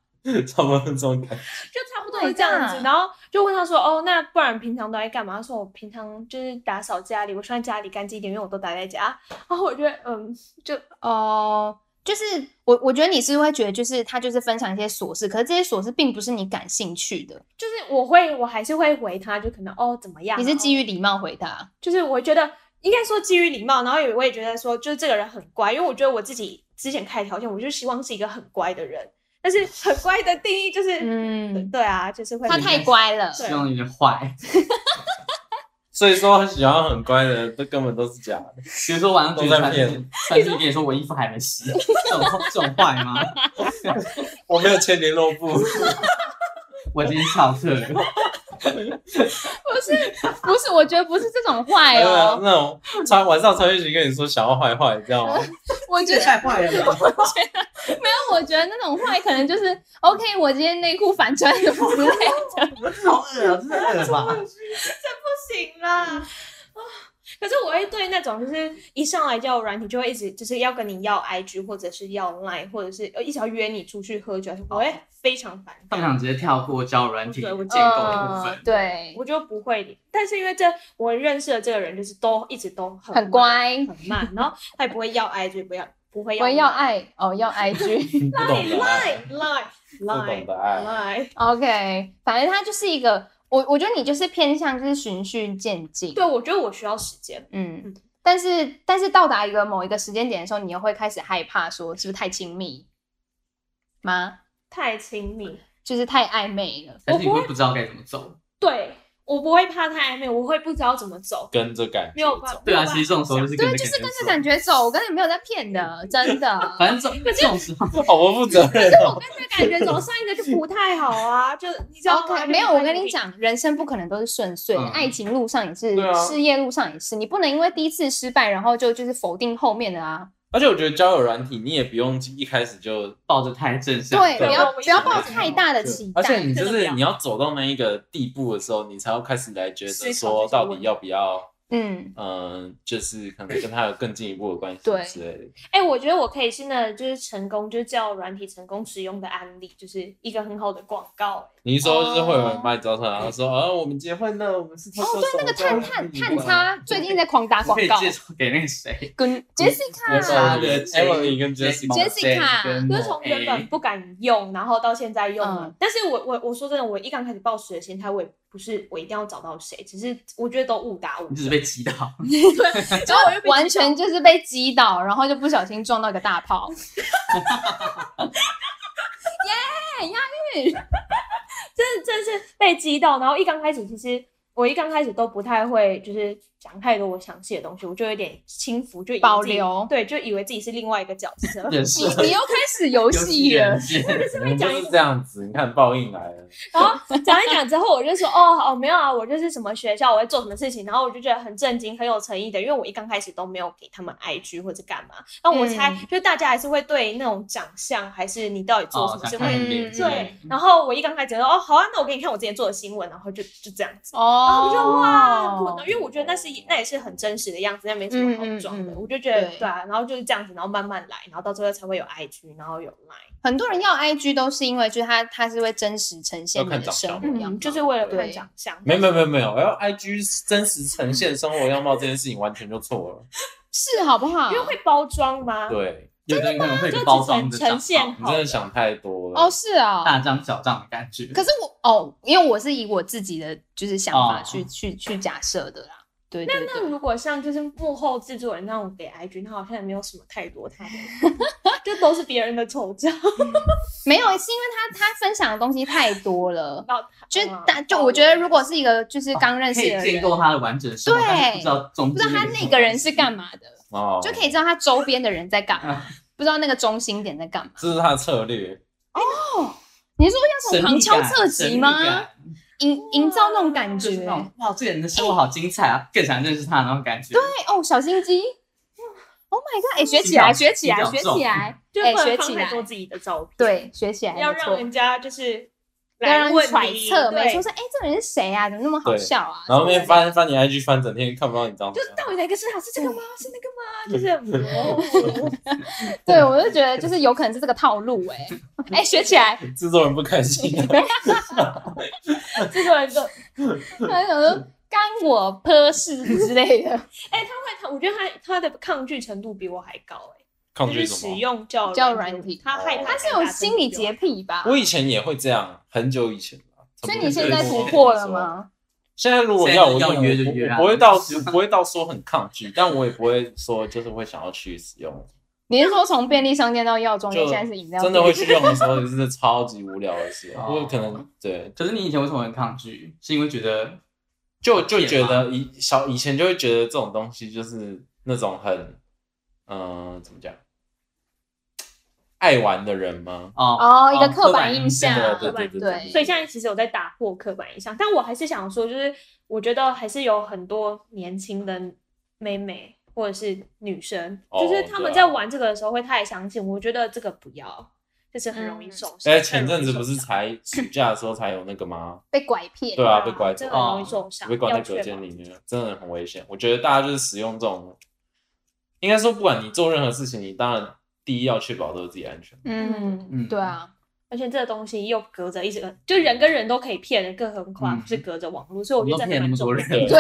[SPEAKER 3] 差不多这种感觉。
[SPEAKER 4] 就差不多是这样
[SPEAKER 1] 对啊
[SPEAKER 4] 子，然后就问他说：“哦，那不然平常都在干嘛？”他说：“我平常就是打扫家里，我希望家里干净一点，因为我都待在家。” 然后我觉得，嗯，就
[SPEAKER 1] 哦、就是我，我觉得你是会觉得，就是他就是分享一些琐事，可是这些琐事并不是你感兴趣的，
[SPEAKER 4] 就是我会，我还是会回他，就可能哦怎么样？
[SPEAKER 1] 你是基
[SPEAKER 4] 于，
[SPEAKER 1] 于礼貌回答。
[SPEAKER 4] 就是我觉得应该说基于礼貌，然后也我也觉得说，就是这个人很乖，因为我觉得我自己之前开条件，我就希望是一个很乖的人，但是很乖的定义就是，
[SPEAKER 1] 嗯，
[SPEAKER 4] 对啊，就是会
[SPEAKER 1] 他太乖了。
[SPEAKER 4] 对
[SPEAKER 2] 希望有点坏，
[SPEAKER 3] 所以说喜欢很乖的人，这根本都是假的。
[SPEAKER 2] 比如说晚上九点
[SPEAKER 3] 都在
[SPEAKER 2] 传
[SPEAKER 3] 骗
[SPEAKER 2] 讯传讯给你说我衣服还没洗， 这种这种坏吗？
[SPEAKER 3] 我没有签联络 部，
[SPEAKER 2] 我已经翘课了，
[SPEAKER 1] 不是，不是，我觉得不是这种坏
[SPEAKER 3] 还有
[SPEAKER 4] 哎
[SPEAKER 1] 哦，
[SPEAKER 3] 哎那种传晚上传讯息跟你说想要坏坏，这样 吗？
[SPEAKER 1] 我觉
[SPEAKER 2] 这也
[SPEAKER 1] 得
[SPEAKER 2] 太坏了吧。
[SPEAKER 1] 但我觉得那种坏可能就是 OK，我今天内裤反穿什么之类的。
[SPEAKER 2] 好恶啊，真的恶吧？
[SPEAKER 4] 不行啦。啊可是我会对那种就是一上来叫我软体就会一直就是要跟你要 IG 或者是要 Line 或者是呃一直要约你出去喝酒，啊我
[SPEAKER 1] 哦
[SPEAKER 4] 会非常烦
[SPEAKER 2] 他们
[SPEAKER 4] 感。
[SPEAKER 2] 想直接跳过交友软体建构
[SPEAKER 4] 我
[SPEAKER 2] 的
[SPEAKER 4] 觉得
[SPEAKER 2] 部分
[SPEAKER 1] 嗯，。对，
[SPEAKER 4] 我就不会理，但是因为这我认识的这个人就是都一直都很
[SPEAKER 1] 很乖
[SPEAKER 4] 慢很慢，然后他也不会要 IG，不要不会要哎
[SPEAKER 1] 我要
[SPEAKER 4] Line
[SPEAKER 1] 爱哦，要 IG。
[SPEAKER 3] 不懂的爱
[SPEAKER 4] Line Line
[SPEAKER 3] 不懂
[SPEAKER 4] Line
[SPEAKER 3] 的哎爱，
[SPEAKER 4] Line，
[SPEAKER 1] OK，反正它就是一个，我我觉得你就是偏向就是循序渐进。
[SPEAKER 4] 对我觉得我需要时间，
[SPEAKER 1] 嗯
[SPEAKER 4] 嗯。
[SPEAKER 1] 但是，但是到达一个某一个时间点的时候，你又会开始害怕，说是不是太亲密吗？
[SPEAKER 4] 太亲密，
[SPEAKER 1] 就是太暧昧了。
[SPEAKER 2] 但是你会不知道该怎么走。
[SPEAKER 4] 对我不会怕太暧昧，我会不知道怎么走，
[SPEAKER 3] 跟着感
[SPEAKER 4] 没
[SPEAKER 3] 觉
[SPEAKER 4] 有办法
[SPEAKER 3] 走。
[SPEAKER 2] 对啊，其实这种时候就是跟
[SPEAKER 1] 对，就
[SPEAKER 2] 着
[SPEAKER 1] 是跟着
[SPEAKER 2] 感
[SPEAKER 1] 感
[SPEAKER 2] 觉
[SPEAKER 1] 觉走，我跟你没有在骗的，
[SPEAKER 3] 嗯
[SPEAKER 1] 真的。
[SPEAKER 2] 走。反正这这种时候，
[SPEAKER 3] 好不负责任哦！
[SPEAKER 4] 感觉总上一个就不太好 啊，就你 知道吗
[SPEAKER 1] OK，
[SPEAKER 4] 就
[SPEAKER 1] 哦没有，
[SPEAKER 4] 不
[SPEAKER 1] 我
[SPEAKER 4] 太
[SPEAKER 1] 跟你
[SPEAKER 4] 一定，
[SPEAKER 1] 讲，人生不可能都是顺遂，
[SPEAKER 2] 嗯
[SPEAKER 1] 爱情路上也是，
[SPEAKER 3] 对啊
[SPEAKER 1] 事业路上也是，你不能因为第一次失败，然后就就是否定后面的啊。
[SPEAKER 3] 而且我觉得交友软体，你也不用一开始就
[SPEAKER 2] 抱着太正向，
[SPEAKER 1] 对，
[SPEAKER 3] 啊对
[SPEAKER 1] 不要
[SPEAKER 4] 我
[SPEAKER 1] 不
[SPEAKER 4] 一
[SPEAKER 1] 要
[SPEAKER 4] 直
[SPEAKER 1] 抱
[SPEAKER 4] 没有
[SPEAKER 1] 太大的期
[SPEAKER 3] 而
[SPEAKER 1] 待。
[SPEAKER 3] 且你就
[SPEAKER 4] 真的不
[SPEAKER 3] 是
[SPEAKER 4] 要
[SPEAKER 3] 你要走到那一个地步的时候，你才要开始来觉
[SPEAKER 4] 思考
[SPEAKER 3] 得
[SPEAKER 4] 这
[SPEAKER 3] 说
[SPEAKER 4] 些
[SPEAKER 3] 到
[SPEAKER 4] 问
[SPEAKER 3] 底
[SPEAKER 4] 题
[SPEAKER 3] 要不要，
[SPEAKER 1] 嗯，
[SPEAKER 3] 嗯、就是可能跟他有更进一步的关系
[SPEAKER 1] 对
[SPEAKER 3] 之类的。
[SPEAKER 4] 哎、我觉得我可以现在就是成功，就是叫软体成功使用的案例，就是一个很好的广告、
[SPEAKER 3] 你一
[SPEAKER 1] 哦
[SPEAKER 3] 说就是会有人把你招出来，然后说啊，我们结婚了，我们是透过手
[SPEAKER 1] 那个
[SPEAKER 3] 交
[SPEAKER 1] 探
[SPEAKER 3] 换
[SPEAKER 1] 探
[SPEAKER 3] 礼
[SPEAKER 1] 探
[SPEAKER 3] 物啊
[SPEAKER 1] 叉最近在狂打
[SPEAKER 2] 我
[SPEAKER 1] 广
[SPEAKER 2] 可以
[SPEAKER 1] 告，
[SPEAKER 2] 介绍给那个谁，
[SPEAKER 1] 跟 Jessica
[SPEAKER 3] 我知道
[SPEAKER 2] 那个
[SPEAKER 3] Emily 跟 Jessica
[SPEAKER 1] Jessica
[SPEAKER 4] 就是从原本不敢用，然后到现在用了。
[SPEAKER 1] 嗯
[SPEAKER 4] 但是我我我说真的，我一刚开始抱持的心态，我也不是我一定要找到谁，只是我觉得都误打误
[SPEAKER 2] 你只是
[SPEAKER 4] 撞。
[SPEAKER 2] 被击倒，
[SPEAKER 1] 就完全就是被击倒，然后就不小心撞到一个大炮。
[SPEAKER 4] 真的真的是被激到，然后一刚开始其实。我一刚开始都不太会，就是讲太多我详细的东西，我就有点轻浮，就以为自己
[SPEAKER 1] 保留
[SPEAKER 4] 对，就以为自己是另外一个角 色。
[SPEAKER 2] 人是
[SPEAKER 1] 你你又开始游戏了
[SPEAKER 2] 游，戏人
[SPEAKER 3] 你们就是这样子，你看报应来了。
[SPEAKER 4] 然后 讲一讲之后，我就说哦哦没有啊，我就是什么学校，我会做什么事情，然后我就觉得很震惊，很有诚意的，因为我一刚开始都没有给他们 IG 或者干嘛，那我猜、
[SPEAKER 1] 嗯
[SPEAKER 4] 就大家还是会对那种长相还是你到底做什
[SPEAKER 2] 哦，
[SPEAKER 4] 么事
[SPEAKER 2] 想
[SPEAKER 4] 会、
[SPEAKER 2] 看你脸
[SPEAKER 1] 嗯
[SPEAKER 2] 之
[SPEAKER 4] 对
[SPEAKER 2] 类，的，
[SPEAKER 4] 然后我一刚开始说哦好啊，那我给你看我之前做的新闻，然后就就这样子。然
[SPEAKER 1] 哦
[SPEAKER 4] 后我就哇，滚了，因为我觉得那是那也是很真实的样子，那没什么好装
[SPEAKER 1] 嗯
[SPEAKER 4] 的。
[SPEAKER 1] 嗯嗯
[SPEAKER 4] 我就觉得
[SPEAKER 1] 对
[SPEAKER 4] 对啊，然后就是这样子，然后慢慢来，然后到最后才会有 IG，然后有 Line，
[SPEAKER 1] 很多人要 IG 都是因为就是他他是会真实呈现
[SPEAKER 3] 要
[SPEAKER 1] 你
[SPEAKER 3] 看
[SPEAKER 1] 的
[SPEAKER 3] 长
[SPEAKER 1] 生
[SPEAKER 3] 相
[SPEAKER 1] 活样貌，
[SPEAKER 4] 嗯，就是为了看
[SPEAKER 1] 对
[SPEAKER 4] 长相。
[SPEAKER 3] 没有没有没有没有，要 I G 真实呈现生活样貌这件事情完全就错 了。
[SPEAKER 1] 是好不好？
[SPEAKER 4] 因为会包装吗？
[SPEAKER 3] 对
[SPEAKER 2] 有的人可能会有
[SPEAKER 4] 就
[SPEAKER 2] 个
[SPEAKER 4] 只
[SPEAKER 2] 包装的
[SPEAKER 4] 呈
[SPEAKER 2] 账
[SPEAKER 4] 现
[SPEAKER 2] 号
[SPEAKER 3] 你真的想太多了。
[SPEAKER 1] 哦，是哦，
[SPEAKER 2] 大张小张的感觉。
[SPEAKER 1] 可是我哦，因为我是以我自己的就是想法
[SPEAKER 2] 哦
[SPEAKER 1] 去、去去假设的啦。对对
[SPEAKER 4] 那
[SPEAKER 1] 对，
[SPEAKER 4] 如果像就是幕后制作人那种给 IG，他好像也没有什么太多他的， 就都是别人的丑照。
[SPEAKER 1] 没有，是因为他他分享的东西太多了，
[SPEAKER 4] 然后
[SPEAKER 1] 就
[SPEAKER 4] 嗯
[SPEAKER 1] 大就我觉得如果是一个就是刚认识
[SPEAKER 2] 哦可
[SPEAKER 1] 的
[SPEAKER 2] 以建
[SPEAKER 1] 人，
[SPEAKER 2] 构他的完整生活，
[SPEAKER 1] 对
[SPEAKER 2] 但是不知道中
[SPEAKER 1] 不
[SPEAKER 2] 间
[SPEAKER 1] 知道他那个人是干嘛的，
[SPEAKER 3] 哦，
[SPEAKER 1] 就可以知道他周边的人在干嘛，不知道那个中心点在干嘛。
[SPEAKER 3] 这是他的策
[SPEAKER 1] 啊
[SPEAKER 3] 略。
[SPEAKER 1] 你说要从
[SPEAKER 2] 神秘
[SPEAKER 1] 旁敲
[SPEAKER 2] 感
[SPEAKER 1] 侧击？
[SPEAKER 2] 神秘
[SPEAKER 1] 吗？
[SPEAKER 2] 感
[SPEAKER 1] 营营造那种感
[SPEAKER 2] 就是
[SPEAKER 1] 觉？
[SPEAKER 2] 那种哇，这个人的生活好精彩啊，更想认识他的那种感觉。
[SPEAKER 1] 哎哦，小心机！Oh my god！哎、学起来，学起来，学起来！
[SPEAKER 4] 就
[SPEAKER 1] 哎
[SPEAKER 4] 不能
[SPEAKER 1] 学
[SPEAKER 4] 放
[SPEAKER 1] 起
[SPEAKER 4] 太
[SPEAKER 1] 来
[SPEAKER 4] 多自己的照片，，
[SPEAKER 1] 对，学起来
[SPEAKER 4] 要
[SPEAKER 1] 没错
[SPEAKER 4] 让人家就是
[SPEAKER 1] 要
[SPEAKER 4] 来
[SPEAKER 1] 让
[SPEAKER 4] 问
[SPEAKER 1] 人揣
[SPEAKER 4] 你
[SPEAKER 1] 测，没
[SPEAKER 4] 对
[SPEAKER 1] 错，说哎、这个人是谁啊？怎么那么好
[SPEAKER 3] 对
[SPEAKER 1] 笑啊？
[SPEAKER 3] 然后面
[SPEAKER 1] 发
[SPEAKER 3] 翻翻你 I G 翻整天看不到你长什
[SPEAKER 4] 就
[SPEAKER 3] 么
[SPEAKER 4] 是
[SPEAKER 3] 样。
[SPEAKER 4] 到底哪个是他？是这个吗？是那个吗？就是 哦
[SPEAKER 1] 对我就觉得就是有可能是这个套路哎、哎、学起来！
[SPEAKER 3] 制作人不开心，啊
[SPEAKER 4] 制作人就
[SPEAKER 1] 他想说干我泼事之类的，
[SPEAKER 4] 哎，他会他，我觉得他他的抗拒程度比我还高哎，
[SPEAKER 3] 抗
[SPEAKER 4] 就
[SPEAKER 3] 拒
[SPEAKER 4] 是
[SPEAKER 3] 什
[SPEAKER 4] 使
[SPEAKER 3] 么？啊
[SPEAKER 4] 用叫
[SPEAKER 1] 交友
[SPEAKER 4] 软
[SPEAKER 1] 软体哦
[SPEAKER 4] 他害怕
[SPEAKER 1] 他是有心理洁癖吧？
[SPEAKER 3] 我以前也会这样，很久以前了
[SPEAKER 1] 啊所以
[SPEAKER 3] 差不多
[SPEAKER 1] 你现在
[SPEAKER 3] 是
[SPEAKER 1] 突破了吗？
[SPEAKER 3] 现在如果要我
[SPEAKER 2] 现在要约就
[SPEAKER 3] 我
[SPEAKER 2] 约啊
[SPEAKER 3] 我不会到 我不会到说很抗拒，但我也不会说就是会想要去使用，
[SPEAKER 1] 你是说从便利商店到药妆店，
[SPEAKER 3] 就
[SPEAKER 1] 现在是饮料
[SPEAKER 3] 真
[SPEAKER 1] 店？
[SPEAKER 3] 的会去用的时候就是超级无聊的 时候，
[SPEAKER 2] 哦
[SPEAKER 3] 我可能对
[SPEAKER 2] 可是你以前为什么很抗拒？是因为觉得
[SPEAKER 3] 就就觉得以小以前就会觉得这种东西就是那种很嗯、呃怎么讲爱玩的人吗？
[SPEAKER 2] 哦，
[SPEAKER 1] 哦，一个
[SPEAKER 2] 哦
[SPEAKER 1] 刻
[SPEAKER 2] 刻
[SPEAKER 1] 板
[SPEAKER 2] 板
[SPEAKER 1] 印
[SPEAKER 2] 印
[SPEAKER 1] 象
[SPEAKER 3] 对，
[SPEAKER 2] 象
[SPEAKER 4] 刻
[SPEAKER 3] 对
[SPEAKER 4] 板
[SPEAKER 3] 对
[SPEAKER 1] 对
[SPEAKER 3] 对对，
[SPEAKER 4] 所以现在其实有在打破刻板印象，但我还是想说，就是我觉得还是有很多年轻的妹妹或者是女生，
[SPEAKER 3] 哦
[SPEAKER 4] 就是她们
[SPEAKER 3] 对啊
[SPEAKER 4] 在玩这个的时候会太相信，我觉得这个不要，就是很
[SPEAKER 1] 嗯
[SPEAKER 4] 容易受伤。
[SPEAKER 3] 哎，前阵子
[SPEAKER 4] 很
[SPEAKER 3] 不
[SPEAKER 4] 容易
[SPEAKER 3] 是
[SPEAKER 4] 受伤
[SPEAKER 3] 才暑假的时候才有那个吗？
[SPEAKER 1] 被拐骗。
[SPEAKER 3] 对啊，被拐走
[SPEAKER 4] 真的很容易受伤，
[SPEAKER 3] 被关在
[SPEAKER 4] 要确
[SPEAKER 3] 隔间
[SPEAKER 4] 保
[SPEAKER 3] 里面，真的很危险。我觉得大家就是使用这种，应该说不管你做任何事情，你当然第一要确保都是自己 安全。
[SPEAKER 1] 嗯嗯，
[SPEAKER 2] 嗯
[SPEAKER 1] 对啊，
[SPEAKER 4] 而且这个东西又隔着一直，就人跟人都可以骗人，更何况
[SPEAKER 2] 嗯
[SPEAKER 4] 是隔着网络，所以
[SPEAKER 2] 我
[SPEAKER 4] 我觉
[SPEAKER 2] 们
[SPEAKER 4] 得
[SPEAKER 2] 都
[SPEAKER 4] 这还
[SPEAKER 2] 骗了那么多人
[SPEAKER 4] 蛮重要的。，
[SPEAKER 3] 对，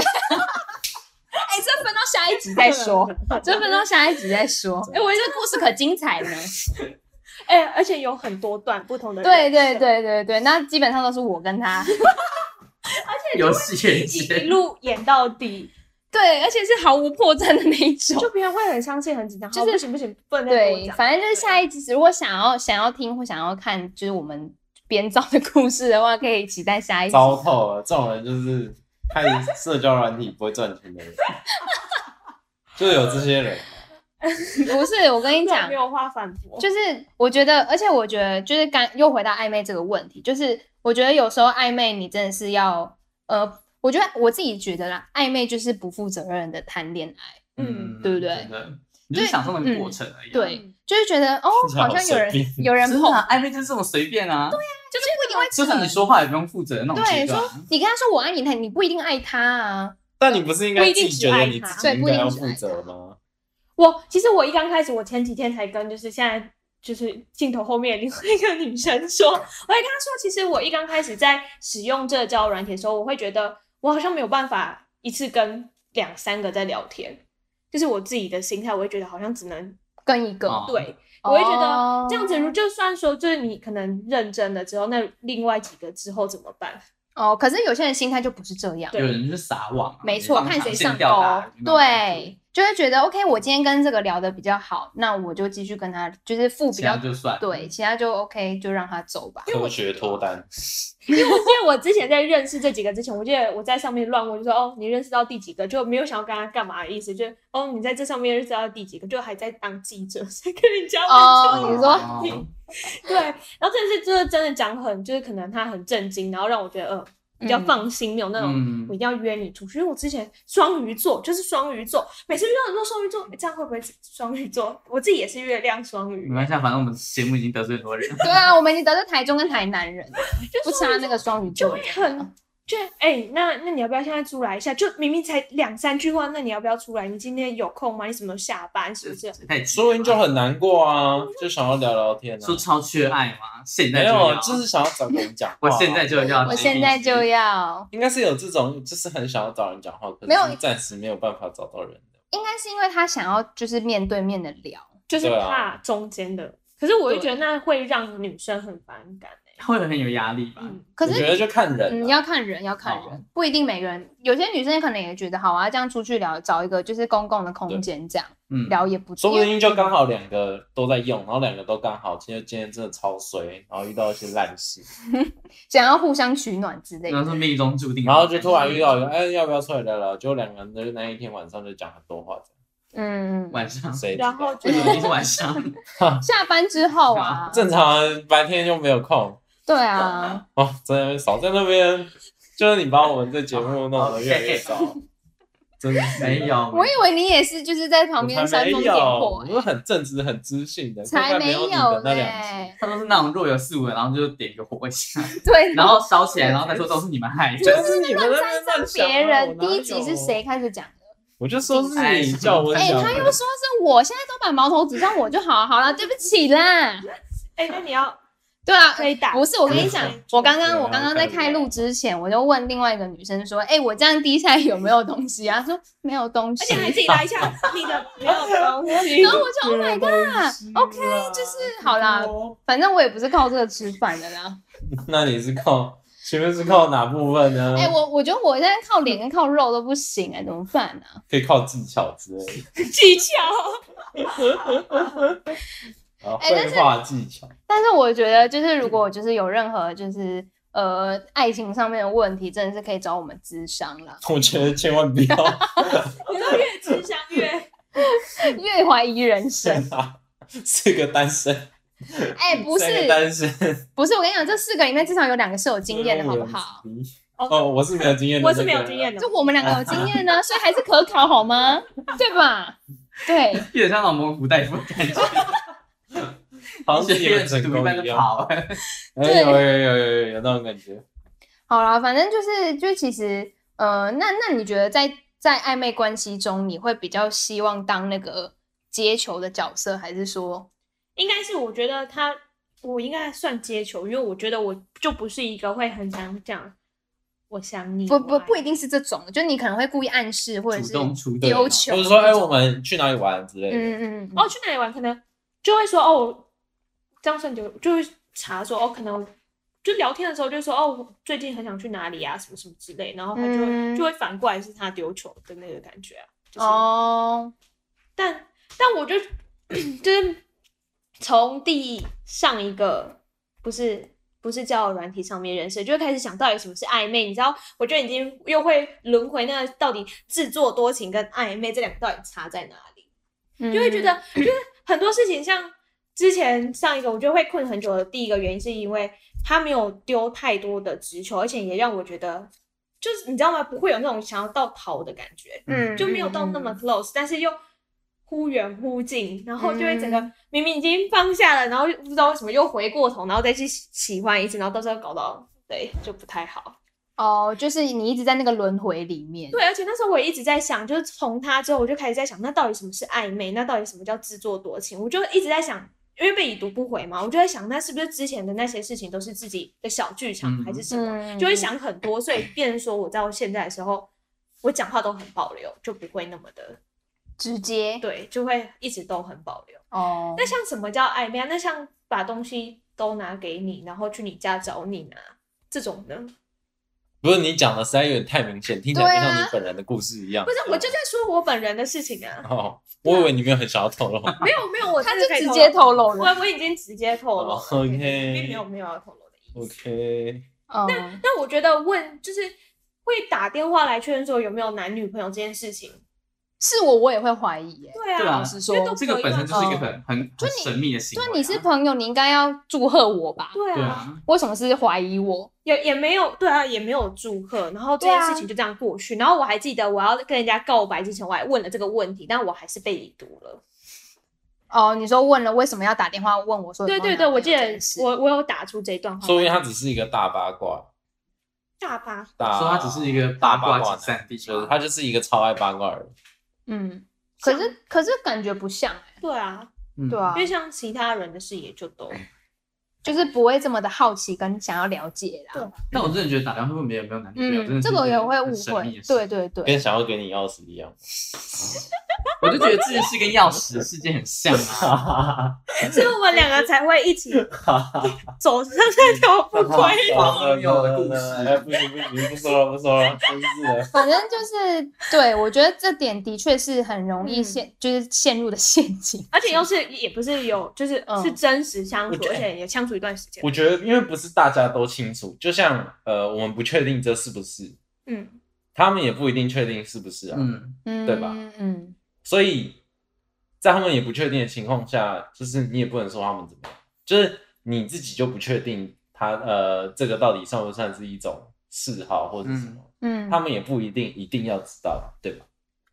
[SPEAKER 1] 哎、这分到下一集再说， 这分到下一集再说。 哎、我觉得故事可精彩 呢。
[SPEAKER 4] 哎，而且有很多段不同的，
[SPEAKER 1] 对对，对对对，那基本上都是我跟 他，
[SPEAKER 2] 游戏也
[SPEAKER 4] 一
[SPEAKER 2] 是
[SPEAKER 4] 一路演到底，
[SPEAKER 1] 对，而且是毫无破绽的那一种
[SPEAKER 4] 就。别人会很相信、很紧张，
[SPEAKER 1] 就
[SPEAKER 4] 就是是不行不行，不能再多
[SPEAKER 1] 对，
[SPEAKER 4] 讲。
[SPEAKER 1] 反正就是下一集，如果想要想要听或想要看，就是我们编造的故事的话，可以期待下一集。
[SPEAKER 3] 糟透了，这种人就是开始社交软体不会赚钱的人，就有这些人。
[SPEAKER 1] 不是，我跟你讲
[SPEAKER 4] 没，有话反驳，
[SPEAKER 1] 就是我觉得，而且我觉得，就是刚又回到暧昧这个问题，就是我觉得有时候暧昧你真的是要，呃，我觉得我自己觉得啦，暧昧就是不负责任的谈恋爱，
[SPEAKER 4] 嗯
[SPEAKER 1] 对不对
[SPEAKER 2] 真的，你就是享受那个过程而已啊。
[SPEAKER 1] 对，就是觉得哦，好像有人
[SPEAKER 3] 听起来好随便
[SPEAKER 1] 有人
[SPEAKER 2] 真
[SPEAKER 1] 碰，
[SPEAKER 2] 的啊暧昧就是这么随便啊，
[SPEAKER 1] 就是不一定会
[SPEAKER 2] 就算你
[SPEAKER 1] 扯
[SPEAKER 2] 说话也不用负责的那种阶
[SPEAKER 1] 对，
[SPEAKER 2] 段
[SPEAKER 1] 说
[SPEAKER 2] 啊。
[SPEAKER 1] 你跟他说我爱你，他你不一定爱他啊。
[SPEAKER 3] 但你不是应该
[SPEAKER 4] 不一
[SPEAKER 3] 自
[SPEAKER 4] 定
[SPEAKER 3] 己觉得你
[SPEAKER 4] 只爱他
[SPEAKER 3] 自己应
[SPEAKER 1] 对不一
[SPEAKER 3] 该
[SPEAKER 1] 定
[SPEAKER 3] 要
[SPEAKER 1] 只爱
[SPEAKER 3] 负
[SPEAKER 1] 他
[SPEAKER 3] 责吗？
[SPEAKER 4] 我其实我一刚开始，我前几天才跟就是现在就是镜头后面另外一个女生说，我还跟她说，其实我一刚开始在使用这个交友软体的时候，我会觉得我好像没有办法一次跟两三个在聊天，就是我自己的心态，我会觉得好像只能
[SPEAKER 1] 跟一个，
[SPEAKER 2] 哦
[SPEAKER 4] 对，我会觉
[SPEAKER 1] 哦
[SPEAKER 4] 得这样子，如就算说就是你可能认真了之后，那另外几个之后怎么办？
[SPEAKER 1] 哦，可是有些人心态就不是这样，
[SPEAKER 4] 对
[SPEAKER 2] 有人就是撒网啊，
[SPEAKER 1] 没错，
[SPEAKER 2] 你
[SPEAKER 1] 看谁
[SPEAKER 2] 上
[SPEAKER 1] 上
[SPEAKER 2] 线吊
[SPEAKER 1] 钩
[SPEAKER 2] 打，
[SPEAKER 1] 对，，就会觉得 OK，我今天跟这个聊的比较好，那我就继续跟他，就是付比
[SPEAKER 2] 这
[SPEAKER 1] 较
[SPEAKER 2] 样就 算了
[SPEAKER 1] 对，，其他就 OK，就让他走吧。
[SPEAKER 3] 科学脱单，
[SPEAKER 4] 因为我之前在认识这几个之前，我记得我在上面乱问，就说哦，你认识到第几个，就没有想要跟他干嘛的意思，就哦，你在这上面认识到第几个，就还在当记者 在跟人家玩
[SPEAKER 1] 哦
[SPEAKER 4] 这
[SPEAKER 1] 你
[SPEAKER 4] 个。
[SPEAKER 1] 说
[SPEAKER 2] 哦
[SPEAKER 4] 对，然后这次就是真的讲很，就是可能他很震惊，然后让我觉得呃比较放心，没有那种、
[SPEAKER 2] 嗯
[SPEAKER 4] 我一定要约你出去，因为我之前双鱼座就是双鱼座，每次遇到很多双鱼座，这样会不会双鱼座？我自己也是月亮双鱼
[SPEAKER 2] 没，关系啊，反正我们节目已经得罪很多人。
[SPEAKER 1] 对啊，我们已经得罪台中跟台南人了，不差那个双鱼
[SPEAKER 4] 就
[SPEAKER 1] 座
[SPEAKER 4] 会
[SPEAKER 1] 的人
[SPEAKER 4] 很
[SPEAKER 1] 了。
[SPEAKER 4] 就哎、那那你要不要现在出来一下？就明明才两三句话，那你要不要出来？你今天有空吗？你什么时候下班？是不是？
[SPEAKER 2] 太急了
[SPEAKER 3] 说不定就很难过啊，就想要聊聊天啊。
[SPEAKER 2] 说超缺爱吗？现在
[SPEAKER 3] 没
[SPEAKER 2] 就
[SPEAKER 3] 有，啊
[SPEAKER 2] 要
[SPEAKER 3] 就是想要找个人讲话。啊
[SPEAKER 2] 我现在就要
[SPEAKER 1] 我现在就要，
[SPEAKER 3] 应该是有这种，就是很想要找人讲话，可
[SPEAKER 1] 没有
[SPEAKER 3] 是暂时没有办法找到人的。
[SPEAKER 1] 应该是因为他想要就是面对面的聊，
[SPEAKER 4] 就是
[SPEAKER 3] 对
[SPEAKER 4] 怕
[SPEAKER 3] 啊
[SPEAKER 4] 中间的。可是我就
[SPEAKER 1] 对
[SPEAKER 4] 觉得那会让女生很反感 哎、
[SPEAKER 2] 会很有压力吧？
[SPEAKER 4] 嗯，
[SPEAKER 1] 可
[SPEAKER 3] 我觉
[SPEAKER 1] 是
[SPEAKER 3] 得就看人、
[SPEAKER 1] 嗯
[SPEAKER 3] 啊，
[SPEAKER 1] 要看人，要看
[SPEAKER 2] 好
[SPEAKER 1] 人，不一定每个人，有些女生可能也觉得好啊，这样出去聊，找一个就是公共的空
[SPEAKER 3] 对
[SPEAKER 1] 间这样
[SPEAKER 2] 嗯，
[SPEAKER 1] 聊也不错，
[SPEAKER 3] 说不
[SPEAKER 1] 因为
[SPEAKER 3] 定就刚好两个都在用，然后两个都刚好，今天今天真的超衰，然后遇到一些烂事，
[SPEAKER 1] 想要互相取暖之类
[SPEAKER 2] 然
[SPEAKER 1] 的。
[SPEAKER 3] 嗯
[SPEAKER 2] 后是命中注定，
[SPEAKER 3] 然后就突然遇到一个，哎，要不要出来聊聊？就两个人的那一天晚上就讲很多话，
[SPEAKER 1] 嗯，
[SPEAKER 2] 晚上，
[SPEAKER 3] 谁知道
[SPEAKER 4] 然后就
[SPEAKER 2] 为什么一定是晚上？
[SPEAKER 1] 下班之后啊，
[SPEAKER 3] 正常白天就没有空
[SPEAKER 1] 对啊，
[SPEAKER 3] 哦，真的少在那边，就是你把我们这节目弄得越来越少，真的是
[SPEAKER 2] 没。有，
[SPEAKER 1] 我以为你也是就是在 旁边
[SPEAKER 3] 哦我才
[SPEAKER 1] 煽
[SPEAKER 3] 没
[SPEAKER 1] 风
[SPEAKER 3] 有，
[SPEAKER 1] 点火
[SPEAKER 3] 我
[SPEAKER 1] 欸、
[SPEAKER 3] 是很正直、很知性的，
[SPEAKER 1] 才
[SPEAKER 3] 怪没
[SPEAKER 1] 有
[SPEAKER 3] 你的那
[SPEAKER 1] 嘞、
[SPEAKER 3] 两集。
[SPEAKER 2] 他都是那种若有似无的，然后就点一个火一下，
[SPEAKER 1] 对，
[SPEAKER 2] 然后烧起来，然后再说都是你们害的，
[SPEAKER 3] 是你们
[SPEAKER 1] 沾上
[SPEAKER 3] 啊
[SPEAKER 1] 别人第一集是谁？开始讲的？
[SPEAKER 3] 我就说是你叫我
[SPEAKER 1] 哎、
[SPEAKER 3] 讲
[SPEAKER 1] 他又
[SPEAKER 3] 的，
[SPEAKER 1] 说是我，现在都把矛头指向我就好，好了，对不起啦。
[SPEAKER 4] 哎、那你要
[SPEAKER 1] 对啊，
[SPEAKER 4] 可以打，
[SPEAKER 1] 不是我跟你讲我刚刚
[SPEAKER 3] 对
[SPEAKER 1] 我刚刚在开录之前，我就问另外一个女生说，哎、我这样滴下来有没有东西啊？她说没有东西
[SPEAKER 4] 而且，还自己来一下 你的没有东 西
[SPEAKER 1] 然后我就 Oh my God，OK，、就是好啦，
[SPEAKER 3] 啊
[SPEAKER 1] 反正我也不是靠这个吃饭的啦。
[SPEAKER 3] 那你是靠前面是靠哪部分呢？
[SPEAKER 1] 哎、我我觉得我现在靠脸跟靠肉都不行哎、怎么办呢、啊？
[SPEAKER 3] 可以靠技巧之类的，
[SPEAKER 4] 技 巧，
[SPEAKER 3] 然后
[SPEAKER 1] 哎但
[SPEAKER 3] 绘
[SPEAKER 1] 是
[SPEAKER 3] 画技巧。
[SPEAKER 1] 但是我觉得，就是如果就是有任何就是呃爱情上面的问题，真的是可以找我们咨商啦。
[SPEAKER 3] 我觉得千万不要，
[SPEAKER 4] 你说越智商越
[SPEAKER 1] 越怀疑人生，
[SPEAKER 3] 是个单身，
[SPEAKER 1] 哎、不
[SPEAKER 3] 三个
[SPEAKER 1] 是
[SPEAKER 3] 单身
[SPEAKER 1] 不是，我跟你讲，这四个里面至少有两个是有经验的，好不好？？
[SPEAKER 3] 哦，我是没有经验的，
[SPEAKER 4] 我是没有经验的
[SPEAKER 1] 就，我们两个有经验呢、 所以还是可考好吗？对吧？ 对，
[SPEAKER 2] 有点像那种蒙古大夫的感觉，
[SPEAKER 3] 好像是
[SPEAKER 2] 学
[SPEAKER 3] 有
[SPEAKER 2] 院
[SPEAKER 3] 成
[SPEAKER 2] 读一
[SPEAKER 3] 功
[SPEAKER 2] 半
[SPEAKER 3] 一
[SPEAKER 2] 就
[SPEAKER 3] 样。
[SPEAKER 2] 跑，哎
[SPEAKER 3] 哎，有有有有有有那种感觉。
[SPEAKER 1] 好啦，反正就是就其实呃，那那你觉得在在暧昧关系中，你会比较希望当那个接球的角色，还是说
[SPEAKER 4] 应该是我觉得他，我应该算接球，因为我觉得我就不是一个会很想讲我想你，
[SPEAKER 1] 不不
[SPEAKER 4] 我爱
[SPEAKER 1] 不一定是这种，就你可能会故意暗示或者
[SPEAKER 2] 主
[SPEAKER 1] 是
[SPEAKER 2] 动出对，
[SPEAKER 1] 丢球，
[SPEAKER 3] 或者说，哎，我们去哪里玩之类
[SPEAKER 1] 嗯
[SPEAKER 3] 的。
[SPEAKER 1] 嗯嗯
[SPEAKER 4] 哦，去哪里玩可能就会说哦，这样算就就会查说哦，可能就聊天的时候就说哦，我最近很想去哪里啊，什么什么之类，然后他就会、
[SPEAKER 1] 嗯
[SPEAKER 4] 就会反过来是他丢球的那个感觉啊。就是、，
[SPEAKER 1] 哦，
[SPEAKER 4] 但但我就就是从第上一个不是。不是叫软体上面认识，就会开始想到底什么是暧昧。你知道，我觉得已经又会轮回那个到底自作多情跟暧昧这两个到底差在哪里？就会觉
[SPEAKER 1] 嗯
[SPEAKER 4] 得，就是很多事情，像之前上一个，我就会困很久的第一个原因，是因为他没有丢太多的直球，而且也让我觉得，就是你知道吗？不会有那种想要到逃的感觉，
[SPEAKER 1] 嗯
[SPEAKER 4] 就没有到那么 close，但是又忽远忽近，然后就会整个
[SPEAKER 1] 嗯
[SPEAKER 4] 明明已经放下了，然后又不知道为什么又回过头，然后再去喜喜欢一次，然后到时候搞到对就不太好。
[SPEAKER 1] 哦，就是你一直在那个轮回里面。
[SPEAKER 4] 对，而且那时候我也一直在想，就是从他之后，我就开始在想，那到底什么是暧昧？那到底什么叫自作多情？我就一直在想，因为被已读不回嘛，我就在想，那是不是之前的那些事情都是自己的小剧场，
[SPEAKER 2] 嗯
[SPEAKER 4] 还是什么？
[SPEAKER 1] 嗯
[SPEAKER 4] 就会，想很多，所以变成说我到现在的时候，我讲话都很保留，就不会那么的
[SPEAKER 1] 直接
[SPEAKER 4] 对，就会一直都很保留。
[SPEAKER 1] 哦
[SPEAKER 4] 那像什么叫暧昧啊？那像把东西都拿给你，然后去你家找你拿这种呢？
[SPEAKER 3] 不是你讲的实在有点太明显，听起来就像你本人的故事一样。
[SPEAKER 4] 不是，我就在说我本人的事情啊。
[SPEAKER 3] 哦，我以为你没有很想要透露。
[SPEAKER 4] 没有没有，我
[SPEAKER 1] 他
[SPEAKER 4] 真的
[SPEAKER 1] 就
[SPEAKER 4] 可以
[SPEAKER 1] 直接透露了
[SPEAKER 4] 我我已经直接透露了、
[SPEAKER 3] 哦，OK
[SPEAKER 4] 对对并没有没有要透露的意思。
[SPEAKER 3] OK，
[SPEAKER 1] 嗯，
[SPEAKER 4] 那我觉得问就是会打电话来确认说有没有男女朋友这件事情，
[SPEAKER 1] 是我我也会怀疑耶。
[SPEAKER 4] 对啊，
[SPEAKER 2] 对啊
[SPEAKER 1] 老实说
[SPEAKER 4] 因，为都
[SPEAKER 2] 这个本身就是一个很很
[SPEAKER 1] 哦就
[SPEAKER 2] 很
[SPEAKER 1] 你
[SPEAKER 2] 神秘的行为啊，
[SPEAKER 1] 就你是朋友，你应该要祝贺我吧？
[SPEAKER 4] 对
[SPEAKER 2] 对
[SPEAKER 4] 啊，
[SPEAKER 2] 啊，
[SPEAKER 1] 为什么是怀疑我？
[SPEAKER 4] 也也没有对啊，也没有祝贺，然后这
[SPEAKER 1] 对
[SPEAKER 4] 件
[SPEAKER 1] 啊
[SPEAKER 4] 事情就这样过去。然后我还记得我要跟人家告白之前，我还问了这个问题，但我还是被已读了。
[SPEAKER 1] 哦，你说问了为什么要打电话问我说有
[SPEAKER 4] 对
[SPEAKER 1] 没有
[SPEAKER 4] 对
[SPEAKER 1] 男
[SPEAKER 4] 对，
[SPEAKER 1] 朋友
[SPEAKER 4] 我
[SPEAKER 1] 这
[SPEAKER 4] 记得
[SPEAKER 1] 件事？
[SPEAKER 4] 哦我我有打出这一段话，
[SPEAKER 3] 说不定他只是一个大八卦，
[SPEAKER 4] 大巴，
[SPEAKER 3] 大，
[SPEAKER 2] 说他只是一个
[SPEAKER 3] 大
[SPEAKER 2] 八
[SPEAKER 3] 八
[SPEAKER 2] 卦
[SPEAKER 3] 卦
[SPEAKER 2] 集散地
[SPEAKER 3] 就是他就是一个超爱八卦的人。
[SPEAKER 1] 嗯，可是可是感觉不像、欸，
[SPEAKER 4] 对啊，
[SPEAKER 2] 嗯
[SPEAKER 1] 对啊
[SPEAKER 4] 因，为像其他人的视野就都
[SPEAKER 1] 就是不会这么的好奇跟想要了解啦。
[SPEAKER 4] 对
[SPEAKER 2] 但我真的觉得打电话会没有没有男女朋友，啊真的
[SPEAKER 1] 嗯，
[SPEAKER 2] 是
[SPEAKER 1] 这个我也会
[SPEAKER 2] 很
[SPEAKER 1] 误
[SPEAKER 2] 神秘
[SPEAKER 1] 会
[SPEAKER 2] 的，事
[SPEAKER 1] 对，对对，
[SPEAKER 3] 跟想要给你钥匙一样，
[SPEAKER 2] 我就觉得这件事跟钥匙的事件很 像啊。
[SPEAKER 4] 所以我们两个才会一 起走上这条不归路。
[SPEAKER 2] 荒谬的故事
[SPEAKER 3] 哎，不行不行，不说了不说了，真是的。
[SPEAKER 1] 反正就是对我觉得这点的确是很容易
[SPEAKER 4] 嗯
[SPEAKER 1] 陷，就是陷入的陷 阱。
[SPEAKER 4] 而且又是也不是有，就是、
[SPEAKER 1] 嗯
[SPEAKER 4] 是真实相
[SPEAKER 3] 我
[SPEAKER 4] 处，
[SPEAKER 3] 觉得
[SPEAKER 4] 而且也相处一段时间。
[SPEAKER 3] 我觉得因为不是大家都清楚，就像呃，我们不确定这是不是，
[SPEAKER 4] 嗯，
[SPEAKER 3] 他们也不一定确定是不是啊。
[SPEAKER 2] 嗯，
[SPEAKER 1] 嗯，
[SPEAKER 3] 对吧
[SPEAKER 1] 嗯，
[SPEAKER 3] 所以在他们也不确定的情况下，就是你也不能说他们怎么样，就是你自己就不确定他呃这个到底算不算是一种嗜好或者是什么，
[SPEAKER 1] 嗯，
[SPEAKER 3] 他们也不一定一定要知道，对吧？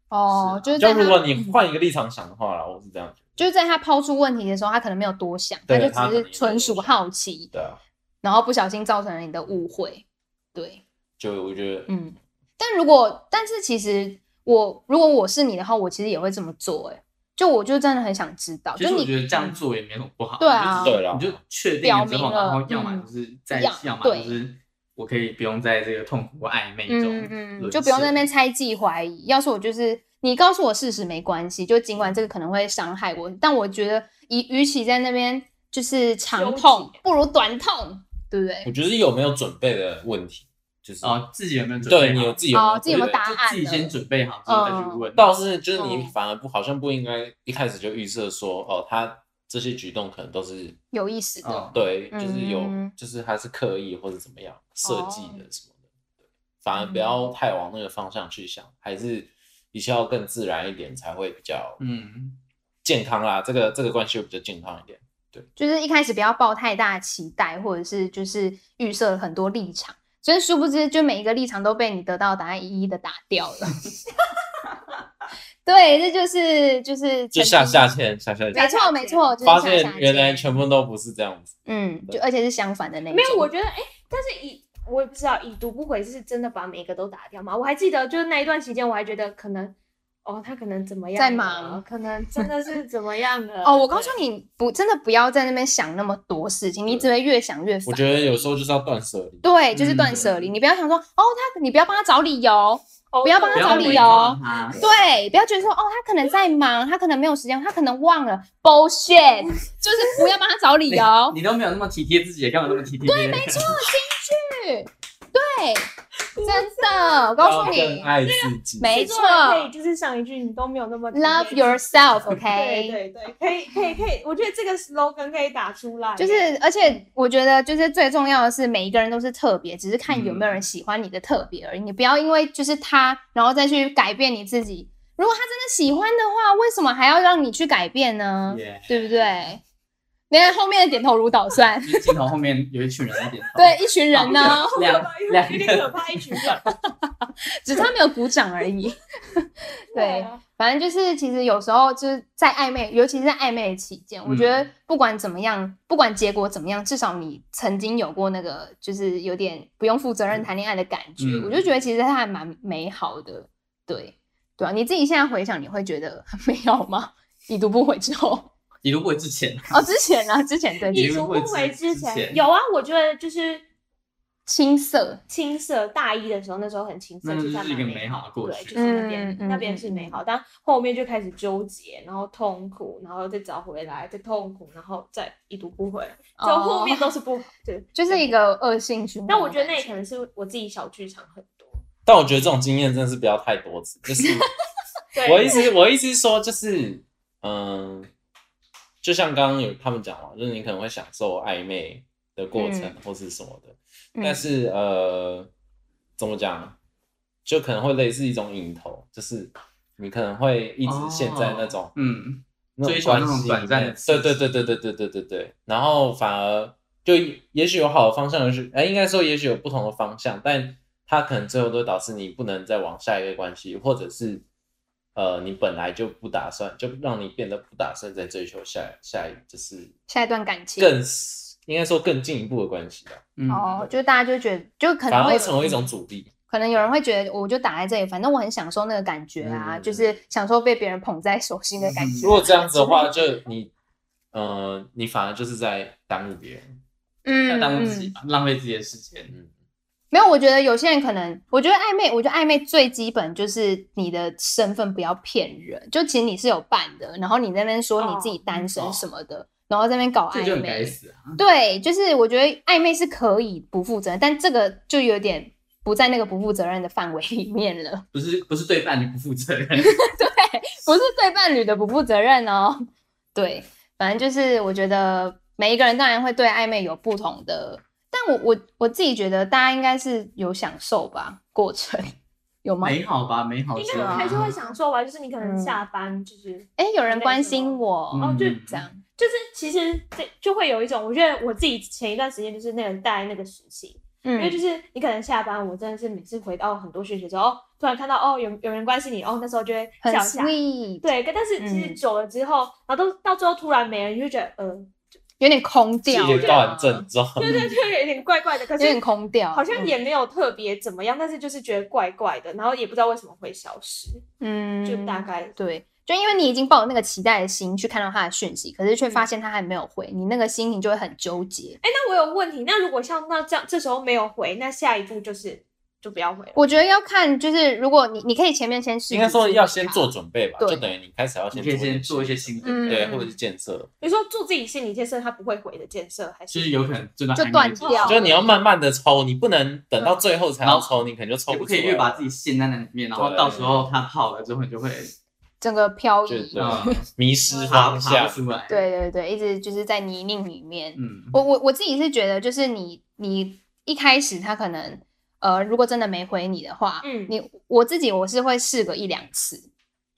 [SPEAKER 1] 哦，就是
[SPEAKER 3] 啊就
[SPEAKER 1] 在
[SPEAKER 3] 如
[SPEAKER 1] 他
[SPEAKER 3] 果你换一个立场想的话啦，我是这样觉得，
[SPEAKER 1] 就是在他抛出问题的时候，他可能没有多想，他
[SPEAKER 3] 对
[SPEAKER 1] 就
[SPEAKER 3] 他可能
[SPEAKER 1] 只
[SPEAKER 3] 也没
[SPEAKER 1] 是纯属
[SPEAKER 3] 多想
[SPEAKER 1] 好奇，
[SPEAKER 3] 对啊，
[SPEAKER 1] 然后不小心造成了你的误会。对，
[SPEAKER 3] 就我觉得，
[SPEAKER 1] 嗯，但如果但是其实我如果我是你的话，我其实也会这么做、欸。哎，就我就真的很想知道，
[SPEAKER 2] 其
[SPEAKER 1] 就
[SPEAKER 2] 实我
[SPEAKER 1] 你
[SPEAKER 2] 觉得这样做也没什么不好。
[SPEAKER 1] 对啊
[SPEAKER 2] 你就
[SPEAKER 3] 对啦
[SPEAKER 2] 你就确定
[SPEAKER 1] 表
[SPEAKER 2] 之
[SPEAKER 1] 明
[SPEAKER 2] 后，
[SPEAKER 1] 了
[SPEAKER 2] 然后要么
[SPEAKER 1] 嗯
[SPEAKER 2] 就是在
[SPEAKER 1] 要，
[SPEAKER 2] 要么
[SPEAKER 1] 对
[SPEAKER 2] 就是我可以不用在这个痛苦或暧昧
[SPEAKER 1] 嗯
[SPEAKER 2] 中，
[SPEAKER 1] 嗯嗯，
[SPEAKER 2] 沦
[SPEAKER 1] 就不用在那边
[SPEAKER 2] 陷
[SPEAKER 1] 猜忌怀疑。要是我就是你告诉我事实没关系，就尽管这个可能会伤害我，但我觉得与与其在那边就是
[SPEAKER 4] 纠
[SPEAKER 1] 长
[SPEAKER 4] 结
[SPEAKER 1] 痛，不如短痛，对不对？
[SPEAKER 3] 我觉得是有没有准备的问题，就是、
[SPEAKER 2] 哦，自己有没有准备好？
[SPEAKER 3] 对你有自己有没
[SPEAKER 1] 哦自己有没有
[SPEAKER 3] 准备
[SPEAKER 1] 答
[SPEAKER 2] 就
[SPEAKER 1] 案
[SPEAKER 2] 自己
[SPEAKER 1] 了
[SPEAKER 2] 先准备好之后再去
[SPEAKER 1] 嗯
[SPEAKER 2] 问。
[SPEAKER 3] 倒是就是你
[SPEAKER 1] 嗯
[SPEAKER 3] 反而不好像不应该一开始就预设说哦，他这些举动可能都是
[SPEAKER 1] 有意思的，
[SPEAKER 2] 哦
[SPEAKER 3] 对，就是有，
[SPEAKER 1] 嗯
[SPEAKER 3] 就是他是刻意或者怎么样设计的什么的，对反而不要太往那个方向去想，还是一切要更自然一点才会比较
[SPEAKER 2] 嗯，
[SPEAKER 3] 健康啦。这个这个关系会比较健康一点。
[SPEAKER 1] 就是一开始不要抱太大期待，或者是就是预设很多立场。所以殊不知，就每一个立场都被你得到的答案一一的打掉了。 对，这就是就是
[SPEAKER 3] 就
[SPEAKER 1] 曾
[SPEAKER 3] 下
[SPEAKER 1] 经
[SPEAKER 3] 下线下下
[SPEAKER 1] 没
[SPEAKER 3] 线，
[SPEAKER 1] 错没错，就是
[SPEAKER 3] 发
[SPEAKER 1] 下
[SPEAKER 3] 现
[SPEAKER 1] 下
[SPEAKER 3] 原来
[SPEAKER 1] 见
[SPEAKER 3] 全部都不是这样子。
[SPEAKER 1] 嗯，就而且是相反的那一
[SPEAKER 4] 没有，
[SPEAKER 1] 种
[SPEAKER 4] 我觉得哎、但是已我也不知道已读不回是真的把每个都打掉吗？我还记得就是那一段期间，我还觉得可能哦，他可能怎么样
[SPEAKER 1] 在
[SPEAKER 4] 了
[SPEAKER 1] 忙
[SPEAKER 4] 可能真的是怎么样 了。
[SPEAKER 1] 哦，我告诉你，不，真的不要在那边想那么多事情，你只会越想越烦。
[SPEAKER 3] 我觉得有时候就是要断舍离，
[SPEAKER 1] 对，就是断舍离，你不要想说哦，他，你不要帮他找理由，
[SPEAKER 4] 哦，
[SPEAKER 1] 不要帮
[SPEAKER 2] 不
[SPEAKER 1] 他
[SPEAKER 2] 要
[SPEAKER 1] 找理哦
[SPEAKER 2] 伪
[SPEAKER 1] 由
[SPEAKER 2] 装他。
[SPEAKER 1] 对，不要觉得说哦，他可能在忙，他可能没有时间，他可能忘了，bullshit，就是 不要帮他找理由。
[SPEAKER 2] 你都没有那么体贴自己，干嘛那么体贴？对，没错。
[SPEAKER 1] 对， 真的，我告诉
[SPEAKER 3] 要更
[SPEAKER 1] 你，
[SPEAKER 3] 爱自己。
[SPEAKER 1] 没
[SPEAKER 4] 没
[SPEAKER 1] 错
[SPEAKER 4] 错，可以就是上一句你都没有那么
[SPEAKER 1] ，love
[SPEAKER 4] 体贴
[SPEAKER 1] yourself，OK、
[SPEAKER 4] 对对对，可以可以可以，我觉得这个 slogan 可以打出来，
[SPEAKER 1] 就是，而且我觉得，就是最重要的是，每一个人都是特别，只是看有没有人喜欢你的特别而已。你不要因为就是他，然后再去改变你自己。如果他真的喜欢的话，为什么还要让你去改变呢
[SPEAKER 2] Yeah，
[SPEAKER 1] 对不对？你看后面的点头如捣蒜
[SPEAKER 2] 就是镜头后面有一群人在点头。
[SPEAKER 1] 对一群人呢，
[SPEAKER 4] 有
[SPEAKER 2] 两两
[SPEAKER 4] 点
[SPEAKER 2] 个
[SPEAKER 4] 可怕一群人。
[SPEAKER 1] 只是他没有鼓掌而已。 对
[SPEAKER 4] 啊，，
[SPEAKER 1] 反正就是，其实有时候就是在暧昧，尤其是在暧昧的期间，我觉
[SPEAKER 3] 嗯
[SPEAKER 1] 得不管怎么样，不管结果怎么样，至少你曾经有过那个就是有点不用负责任谈恋爱的感觉，
[SPEAKER 2] 嗯
[SPEAKER 1] 我就觉得其实它还蛮美好的。对，对啊，你自己现在回想，你会觉得很美好吗？已读不回之后，
[SPEAKER 2] 你如果之前
[SPEAKER 1] 哦，之前啊，之前对
[SPEAKER 2] 你
[SPEAKER 4] 已
[SPEAKER 1] 对
[SPEAKER 4] 读不回之
[SPEAKER 2] 之前
[SPEAKER 4] 前有啊，我觉得就是
[SPEAKER 1] 青涩，
[SPEAKER 4] 青涩，大一的时候那时候很青涩，
[SPEAKER 2] 那就是
[SPEAKER 4] 是
[SPEAKER 2] 一个美好的过
[SPEAKER 4] 对，
[SPEAKER 2] 去
[SPEAKER 4] 就是那边、
[SPEAKER 1] 嗯嗯
[SPEAKER 4] 那边是美好，但后面就开始纠结，然后痛苦，然后再找回来，再痛苦，然后再一读不回，就
[SPEAKER 1] 哦
[SPEAKER 4] 后面都是不好。对，
[SPEAKER 1] 就是一个恶性循环的
[SPEAKER 4] 但
[SPEAKER 1] 感。
[SPEAKER 4] 我觉得那也可能是我自己小剧场很多。
[SPEAKER 3] 但我觉得这种经验真的是不要太多次，就是
[SPEAKER 4] 对，
[SPEAKER 3] 我意思，我意思是说，就是，嗯，就像刚刚有他们讲嘛，就是你可能会享受暧昧的过程
[SPEAKER 1] 嗯
[SPEAKER 3] 或是什么的，
[SPEAKER 1] 嗯
[SPEAKER 3] 但是呃，怎么讲，就可能会类似一种瘾头，就是你可能会一直陷在
[SPEAKER 1] 哦
[SPEAKER 3] 那种、
[SPEAKER 2] 嗯，
[SPEAKER 3] 那
[SPEAKER 2] 追
[SPEAKER 3] 种
[SPEAKER 2] 求那
[SPEAKER 3] 关
[SPEAKER 2] 种
[SPEAKER 3] 系
[SPEAKER 2] 短
[SPEAKER 3] 里
[SPEAKER 2] 暂
[SPEAKER 3] 面
[SPEAKER 2] 的刺
[SPEAKER 3] 对对
[SPEAKER 2] 激
[SPEAKER 3] 对对对对对对对，然后反而就也许有好的方向，也许哎，应该说也许有不同的方向，但它可能最后都会导致你不能再往下一个关系，或者是呃，你本来就不打算，就让你变得不打算再追求下下一，就是
[SPEAKER 1] 下一段感情
[SPEAKER 3] 更应该说更进一步的关系吧，
[SPEAKER 2] 嗯，
[SPEAKER 1] 哦，就大家就觉得，就可
[SPEAKER 3] 反
[SPEAKER 1] 能
[SPEAKER 3] 而
[SPEAKER 1] 会
[SPEAKER 3] 会
[SPEAKER 1] 有
[SPEAKER 3] 成为一种阻力。
[SPEAKER 1] 可能有人会觉得，我就打在这里，反正我很享受那个感觉啊，
[SPEAKER 3] 嗯
[SPEAKER 1] 就是享受被别人捧在手心的感觉。
[SPEAKER 3] 如果这样子的话，就你，呃，你反而就是在耽误别人。
[SPEAKER 1] 嗯，
[SPEAKER 2] 要耽误自己
[SPEAKER 1] 嗯，
[SPEAKER 2] 吧，浪费自己的时间。
[SPEAKER 3] 嗯，
[SPEAKER 1] 没有，我觉得有些人可能，我觉得暧昧，我觉得暧昧最基本就是你的身份不要骗人，就其实你是有伴的，然后你在那边说你自己单
[SPEAKER 3] 哦
[SPEAKER 1] 身什么的，然后在那边搞
[SPEAKER 2] 这就
[SPEAKER 1] 暧
[SPEAKER 2] 很该
[SPEAKER 1] 昧，
[SPEAKER 2] 死啊！
[SPEAKER 1] 对，就是我觉得暧昧是可以不负责任，但这个就有点不在那个不负责任的范围里面了。
[SPEAKER 2] 不是不是对伴侣不负责 任，
[SPEAKER 1] 不是对伴侣的不负责任哦。 对，反正就是我觉得每一个人当然会对暧昧有不同的，但我我我自己觉得大家应该是有享受吧过程， 有吗？
[SPEAKER 2] 美好吧，美好
[SPEAKER 4] 应
[SPEAKER 2] 之
[SPEAKER 4] 该
[SPEAKER 2] 后
[SPEAKER 4] 还是会享受吧，就是你可能
[SPEAKER 1] 嗯
[SPEAKER 4] 下班就是
[SPEAKER 1] 哎，有人关心我，
[SPEAKER 2] 嗯
[SPEAKER 4] 哦就
[SPEAKER 1] 这样，
[SPEAKER 4] 就是其实这就会有一种，我觉得我自己前一段时间就是那个带那个时期，因为
[SPEAKER 1] 嗯，
[SPEAKER 4] 就是你可能下班，我真的是每次回到很多讯息之后，哦突然看到哦有有人关心你，哦那时候就会
[SPEAKER 1] 很
[SPEAKER 4] 笑一下，
[SPEAKER 1] sweet，
[SPEAKER 4] 对，可但是其实
[SPEAKER 1] 嗯
[SPEAKER 4] 久了之后，然后都到最后突然没人，你就觉得呃，
[SPEAKER 1] 有点空
[SPEAKER 3] 是
[SPEAKER 1] 掉啊
[SPEAKER 3] 一个断
[SPEAKER 1] 了，
[SPEAKER 3] 症状。
[SPEAKER 4] 对对对，有点怪怪的，可
[SPEAKER 1] 有
[SPEAKER 4] 是
[SPEAKER 1] 点嗯空掉，
[SPEAKER 4] 好像也没有特别怎么样，但是就是觉得怪怪的，然后也不知道为什么会消失，
[SPEAKER 1] 嗯，
[SPEAKER 4] 就大概
[SPEAKER 1] 对。就因为你已经抱有那个期待的心去看到他的讯息，可是却发现他还没有回，你那个心情就会很纠结。
[SPEAKER 4] 哎、那我有问题，那如果像那这样这时候没有回，那下一步就是就不要回了。
[SPEAKER 1] 我觉得要看，就是如果你你可以前面先试，
[SPEAKER 3] 应该说要先做准备吧，
[SPEAKER 1] 对
[SPEAKER 3] 就等于你开始要先
[SPEAKER 2] 你可以先做一
[SPEAKER 3] 一
[SPEAKER 2] 些
[SPEAKER 3] 些
[SPEAKER 2] 心理
[SPEAKER 1] 嗯
[SPEAKER 2] 准备，
[SPEAKER 3] 对，或者是建设，
[SPEAKER 4] 你说做自己心理建设，他不会回的建设，还
[SPEAKER 2] 就是是有可能这段
[SPEAKER 1] 就
[SPEAKER 2] 暧昧
[SPEAKER 1] 断
[SPEAKER 2] 之后
[SPEAKER 1] 掉
[SPEAKER 3] 就是你要慢慢的抽，你不能等到最后才
[SPEAKER 2] 然
[SPEAKER 3] 要
[SPEAKER 2] 后
[SPEAKER 3] 抽，你可能就抽
[SPEAKER 2] 也哦不
[SPEAKER 3] 出
[SPEAKER 2] 可
[SPEAKER 3] 来。
[SPEAKER 2] 以越把自己陷在那里面，然后
[SPEAKER 3] 啊对
[SPEAKER 2] 到时候他泡了之后，你就会
[SPEAKER 1] 整个漂移，
[SPEAKER 3] 就对
[SPEAKER 2] 嗯
[SPEAKER 3] 迷失
[SPEAKER 2] 爬爬
[SPEAKER 3] 方
[SPEAKER 2] 不
[SPEAKER 3] 向。
[SPEAKER 2] 出来。，
[SPEAKER 1] 对对对，一直就是在泥泞里面。
[SPEAKER 2] 嗯，
[SPEAKER 1] 我我我自己是觉得，就是你你一开始他可能呃，如果真的没回你的话，
[SPEAKER 4] 嗯
[SPEAKER 1] 你我自己我是会试个一两次，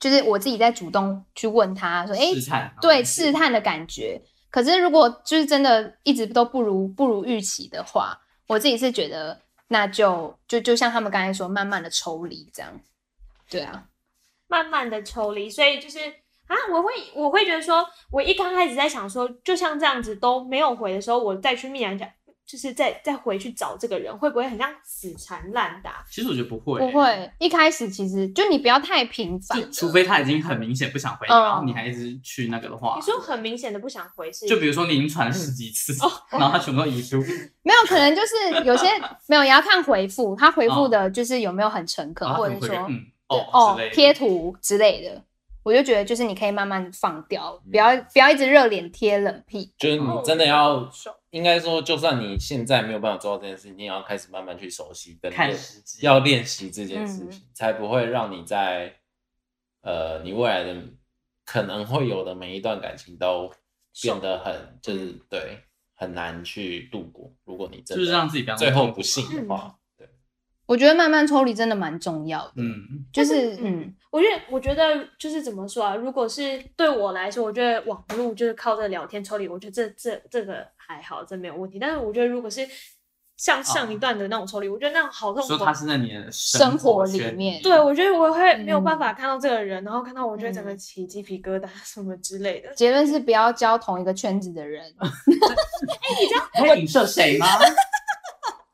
[SPEAKER 1] 就是我自己在主动去问他说，哎、
[SPEAKER 2] 试嗯探，
[SPEAKER 1] 对，试探的感觉。可是如果就是真的一直都不如不如预期的话，我自己是觉得那就就就像他们刚才说，慢慢的抽离这样。对啊，
[SPEAKER 4] 慢慢的抽离，所以就是啊，我会我会觉得说，我一刚开始在想说，就像这样子都没有回的时候，我再去密然讲，就是再再回去找这个人，会不会很像死缠烂打？
[SPEAKER 2] 其实我觉得不会，欸
[SPEAKER 1] 不，会一开始其实就你不要太频繁了，
[SPEAKER 2] 就除非他已经很明显不想回你，
[SPEAKER 1] 嗯
[SPEAKER 2] 然后你还一直去那个的话，
[SPEAKER 4] 你说很明显的不想回是？
[SPEAKER 2] 就比如说你已经传了十几次，
[SPEAKER 1] 哦
[SPEAKER 2] 然后他全部都移出，
[SPEAKER 1] 没有，可能就是有 些没有，也要看回复，他回复
[SPEAKER 2] 哦
[SPEAKER 1] 的就是有没有很诚恳，
[SPEAKER 2] 然后
[SPEAKER 1] 或
[SPEAKER 2] 他
[SPEAKER 1] 者是
[SPEAKER 2] 可能
[SPEAKER 1] 说
[SPEAKER 2] 会嗯
[SPEAKER 1] 对
[SPEAKER 2] 哦之类的
[SPEAKER 1] 贴图之类的，我就觉得就是你可以慢慢放掉，
[SPEAKER 2] 嗯
[SPEAKER 1] 不要不要一直热脸贴冷屁。
[SPEAKER 3] 就是你
[SPEAKER 4] 哦
[SPEAKER 3] 嗯真的要，
[SPEAKER 4] 手
[SPEAKER 3] 应该说，就算你现在没有办法做到这件事，你也要开始慢慢去熟悉，跟
[SPEAKER 2] 看
[SPEAKER 3] 练
[SPEAKER 2] 时机，
[SPEAKER 3] 要练习这件
[SPEAKER 1] 嗯
[SPEAKER 3] 事情，才不会让你在呃你未来的可能会有的每一段感情都变得很就是对很难去度过。如果你真
[SPEAKER 2] 就
[SPEAKER 3] 的
[SPEAKER 2] 是让自己不要那么
[SPEAKER 3] 最后
[SPEAKER 2] 痛苦
[SPEAKER 3] 不幸的
[SPEAKER 1] 嗯
[SPEAKER 3] 话，对，
[SPEAKER 1] 我觉得慢慢抽离真的蛮重要的，
[SPEAKER 2] 嗯，
[SPEAKER 1] 就是
[SPEAKER 4] 但是
[SPEAKER 1] 嗯，
[SPEAKER 4] 我觉得，我觉得就是怎么说啊？如果是对我来说，我觉得网络就是靠这聊天抽离，我觉得这这这个还好，这没有问题。但是我觉得，如果是像上一段的那种抽离，我觉得那种好痛
[SPEAKER 2] 说
[SPEAKER 4] 苦啊
[SPEAKER 2] 他。是在你的
[SPEAKER 1] 生活里
[SPEAKER 2] 圈
[SPEAKER 1] 面
[SPEAKER 4] 对，我觉得我会
[SPEAKER 1] 嗯
[SPEAKER 4] 没有办法看到这个人，然后看到我觉得整个
[SPEAKER 1] 嗯
[SPEAKER 4] 起鸡皮疙瘩什么之类的。
[SPEAKER 1] 结论是不要交同一个圈子的人。
[SPEAKER 2] 还有影射谁吗？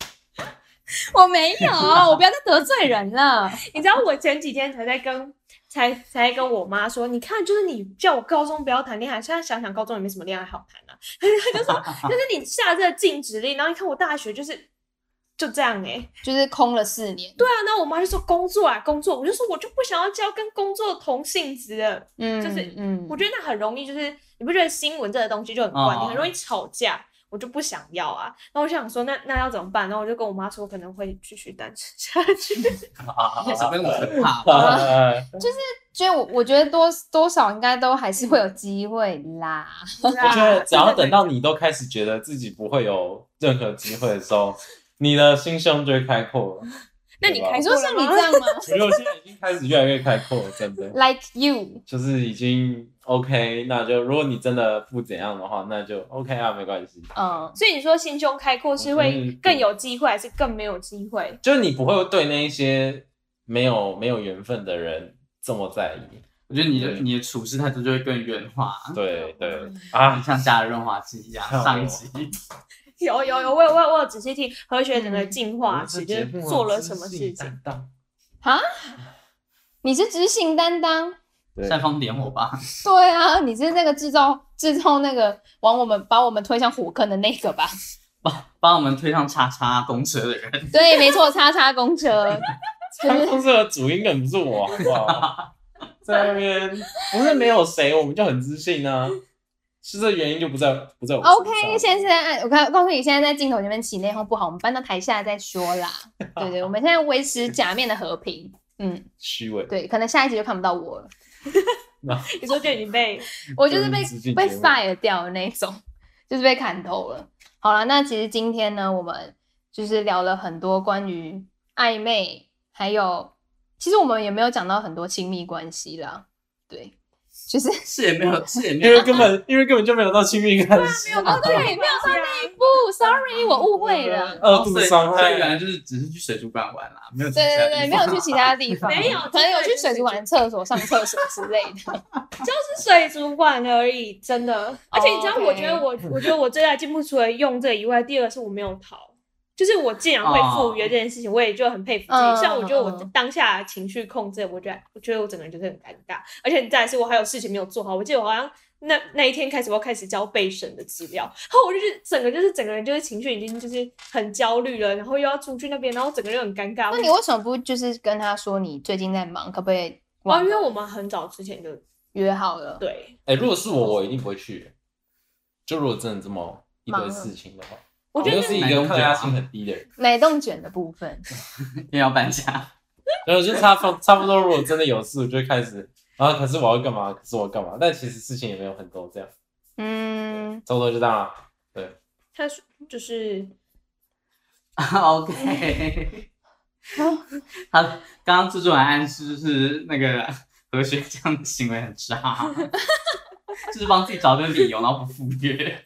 [SPEAKER 1] 我没有，我不要再得罪人了。
[SPEAKER 4] 你知道，我前几天才在跟才才跟我妈说，你看，就是你叫我高中不要谈恋爱，现在想想高中也没什么恋爱好谈啊。 她就说，就是你下这个禁止令，然后你看我大学就是就这样哎、
[SPEAKER 1] 就是空了四年，
[SPEAKER 4] 对啊，那我妈就说工作啊，工作，我就说我就不想要交跟工作同性质的，
[SPEAKER 1] 嗯，
[SPEAKER 4] 就是
[SPEAKER 1] 嗯
[SPEAKER 4] 我觉得那很容易，就是你不觉得新闻这个东西就很怪，
[SPEAKER 2] 哦
[SPEAKER 4] 你很
[SPEAKER 3] 嗯
[SPEAKER 4] 容易吵架，我就不想要啊。然后我就想说，那那要怎么办？然后我就跟我妈说，可能会继续单身下去。
[SPEAKER 2] 小朋友很怕
[SPEAKER 3] 啊 哎
[SPEAKER 2] 吧，
[SPEAKER 3] 我
[SPEAKER 1] 所以我我觉得多多少应该都还是会有机会啦。
[SPEAKER 4] 我
[SPEAKER 3] 觉
[SPEAKER 4] 啊
[SPEAKER 3] 得只要等到你都开始觉得自己不会有任何机会的时候，你的心胸就会开阔了。
[SPEAKER 4] 那你
[SPEAKER 3] 对吧
[SPEAKER 4] 开
[SPEAKER 1] 你
[SPEAKER 4] 始
[SPEAKER 1] 说像你这样吗
[SPEAKER 3] 我觉得我现在已经开始越来越开阔了，真的。
[SPEAKER 1] ？Like you，
[SPEAKER 3] 就是已经 OK，那就如果你真的不怎样的话，那就 OK 啊，没关系。
[SPEAKER 1] 嗯，
[SPEAKER 4] 所以你说心胸开阔是
[SPEAKER 3] 我觉
[SPEAKER 4] 会
[SPEAKER 3] 得
[SPEAKER 4] 更有机会，还是更没有机会？
[SPEAKER 3] 就是你不会对那一些没有没有缘分的人这么在意，
[SPEAKER 2] 我觉得你的
[SPEAKER 3] 对
[SPEAKER 2] 你的处事态度就会更圆滑，
[SPEAKER 3] 对对
[SPEAKER 4] 嗯
[SPEAKER 3] 啊，
[SPEAKER 2] 像加了润滑剂一样。
[SPEAKER 3] 哎呦
[SPEAKER 2] 上一集
[SPEAKER 4] 有有有，我有我有我有仔细听何雪整个
[SPEAKER 1] 嗯
[SPEAKER 4] 进
[SPEAKER 3] 我
[SPEAKER 4] 化
[SPEAKER 3] 们这
[SPEAKER 4] 史，就
[SPEAKER 3] 节
[SPEAKER 4] 是
[SPEAKER 3] 目啊
[SPEAKER 4] 做了
[SPEAKER 3] 真
[SPEAKER 4] 什么
[SPEAKER 3] 是
[SPEAKER 4] 事
[SPEAKER 3] 一
[SPEAKER 4] 情。
[SPEAKER 3] 担当
[SPEAKER 1] 你是执行担当，
[SPEAKER 3] 对
[SPEAKER 2] 煽风点火吧，
[SPEAKER 1] 对啊，你是那个制造制造那个往我们把我们推向火坑的那个吧？
[SPEAKER 2] 帮帮我们推上叉叉公车的人，
[SPEAKER 1] 对，没错，叉叉公车，
[SPEAKER 3] 他公司的主音梗不是我，好不好？ 在那边不是没有谁，我们就很自信啊。是这原因就不在不在我
[SPEAKER 1] OK，
[SPEAKER 3] 身上
[SPEAKER 1] 现在是在按我告告诉你，现在在镜头前面起内讧不好，我们搬到台下再说 啦。对对，我们现在维持假面的和 平。嗯，
[SPEAKER 3] 虚伪，
[SPEAKER 1] 对，可能下一集就看不到我了，
[SPEAKER 4] 你说就已经被
[SPEAKER 1] 我嗯就是被
[SPEAKER 3] 跟资讯
[SPEAKER 1] 被
[SPEAKER 3] 节目
[SPEAKER 1] fire 掉的那种， 就是被砍头了。好了，那其实今天呢，我们就是聊了很多关于暧昧，还有其实我们也没有讲到很多亲密关系啦。对，就是
[SPEAKER 2] 是也没有，是也没
[SPEAKER 3] 因为
[SPEAKER 2] 有，
[SPEAKER 3] 根本 因为根本就没有到亲密关系，
[SPEAKER 1] 哦，对， 没有到内部，sorry，我误会 了。
[SPEAKER 3] 二度伤
[SPEAKER 2] 哦所以所以原
[SPEAKER 3] 害。
[SPEAKER 2] 来就是只是去水族馆玩啦，没有去
[SPEAKER 1] 对
[SPEAKER 2] 其
[SPEAKER 1] 对
[SPEAKER 2] 他
[SPEAKER 1] 对，
[SPEAKER 2] 地
[SPEAKER 1] 没有
[SPEAKER 2] 方
[SPEAKER 1] 去其他地方，
[SPEAKER 4] 没有
[SPEAKER 1] 可能有去水族馆、厕所、上厕所之类的。
[SPEAKER 4] 是水族馆而已，真的。而且你知道，
[SPEAKER 1] OK
[SPEAKER 4] 我觉得
[SPEAKER 3] 哦
[SPEAKER 4] 我，我觉得我最大进步，除了用这以外，第二个是我没有逃，就是我竟然会
[SPEAKER 3] 哦
[SPEAKER 4] 赴约这件事情，我也就很佩服自己。
[SPEAKER 1] 嗯
[SPEAKER 4] 虽然我觉得我
[SPEAKER 1] 嗯
[SPEAKER 4] 当下情绪控制，我觉得，我觉得我整个人就是很尴尬。而且再来是我还有事情没有做好，我记得我好像。那那一天开始，我要开始交备审的资料，然后我就是整个就是整个人就是情绪已经就是很焦虑了，然后又要出去那边，然后整个人很尴 尬。
[SPEAKER 1] 那你为什么不就是跟他说你最近在忙，可不可以
[SPEAKER 4] 哦，因为我们很早之前就
[SPEAKER 1] 约好了？
[SPEAKER 4] 对，
[SPEAKER 3] 哎，如果是我，我一定不会去。就如果真的这么一堆事情的话，
[SPEAKER 4] 我觉得
[SPEAKER 3] 哦就是一个抗压性很低的人。
[SPEAKER 1] 奶冻卷的部分，
[SPEAKER 2] 因为要搬家，
[SPEAKER 3] 然后就差不差不多，如果真的有事，我就会开始啊，可是我要干嘛？可是我干嘛？但其实事情也没有很多，这样
[SPEAKER 1] 嗯，
[SPEAKER 3] 差不多就这样了。
[SPEAKER 4] 他是就是，
[SPEAKER 2] 啊 OK，他刚刚制作人暗示就是那个何学这样的行为 很渣，就是帮自己找个理由，然后不赴约。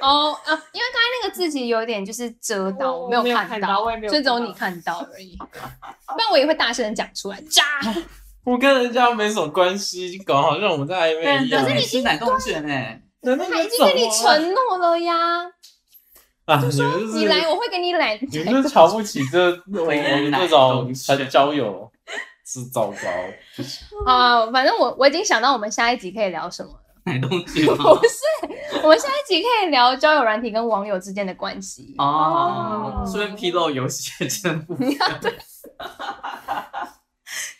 [SPEAKER 1] 哦啊，因为刚才那个字己有点就是遮到，
[SPEAKER 4] 呃我
[SPEAKER 1] 没有
[SPEAKER 4] 我没有
[SPEAKER 1] 看
[SPEAKER 4] 看到我也没有
[SPEAKER 1] 所以只有
[SPEAKER 4] 看到
[SPEAKER 1] 你看到而已，不然我也会大声的讲出来，渣。
[SPEAKER 4] 啊
[SPEAKER 3] 我跟人家没什么关系，搞好像我们在暧昧一样。
[SPEAKER 2] 你哎吃奶冻卷哎，
[SPEAKER 3] 难道
[SPEAKER 1] 他已经跟你承诺了呀，
[SPEAKER 3] 啊，你们就是
[SPEAKER 1] 你来我会给你来。
[SPEAKER 3] 你们就是瞧不起这我们这种交友是糟糕。
[SPEAKER 1] 啊，反正我我已经想到我们下一集可以聊什么了。
[SPEAKER 2] 奶冻卷哦吗
[SPEAKER 1] 不是，我们下一集可以聊交友软体跟网友之间的关系。
[SPEAKER 2] 哦
[SPEAKER 4] 哦，
[SPEAKER 2] 顺便披露游戏的真部分。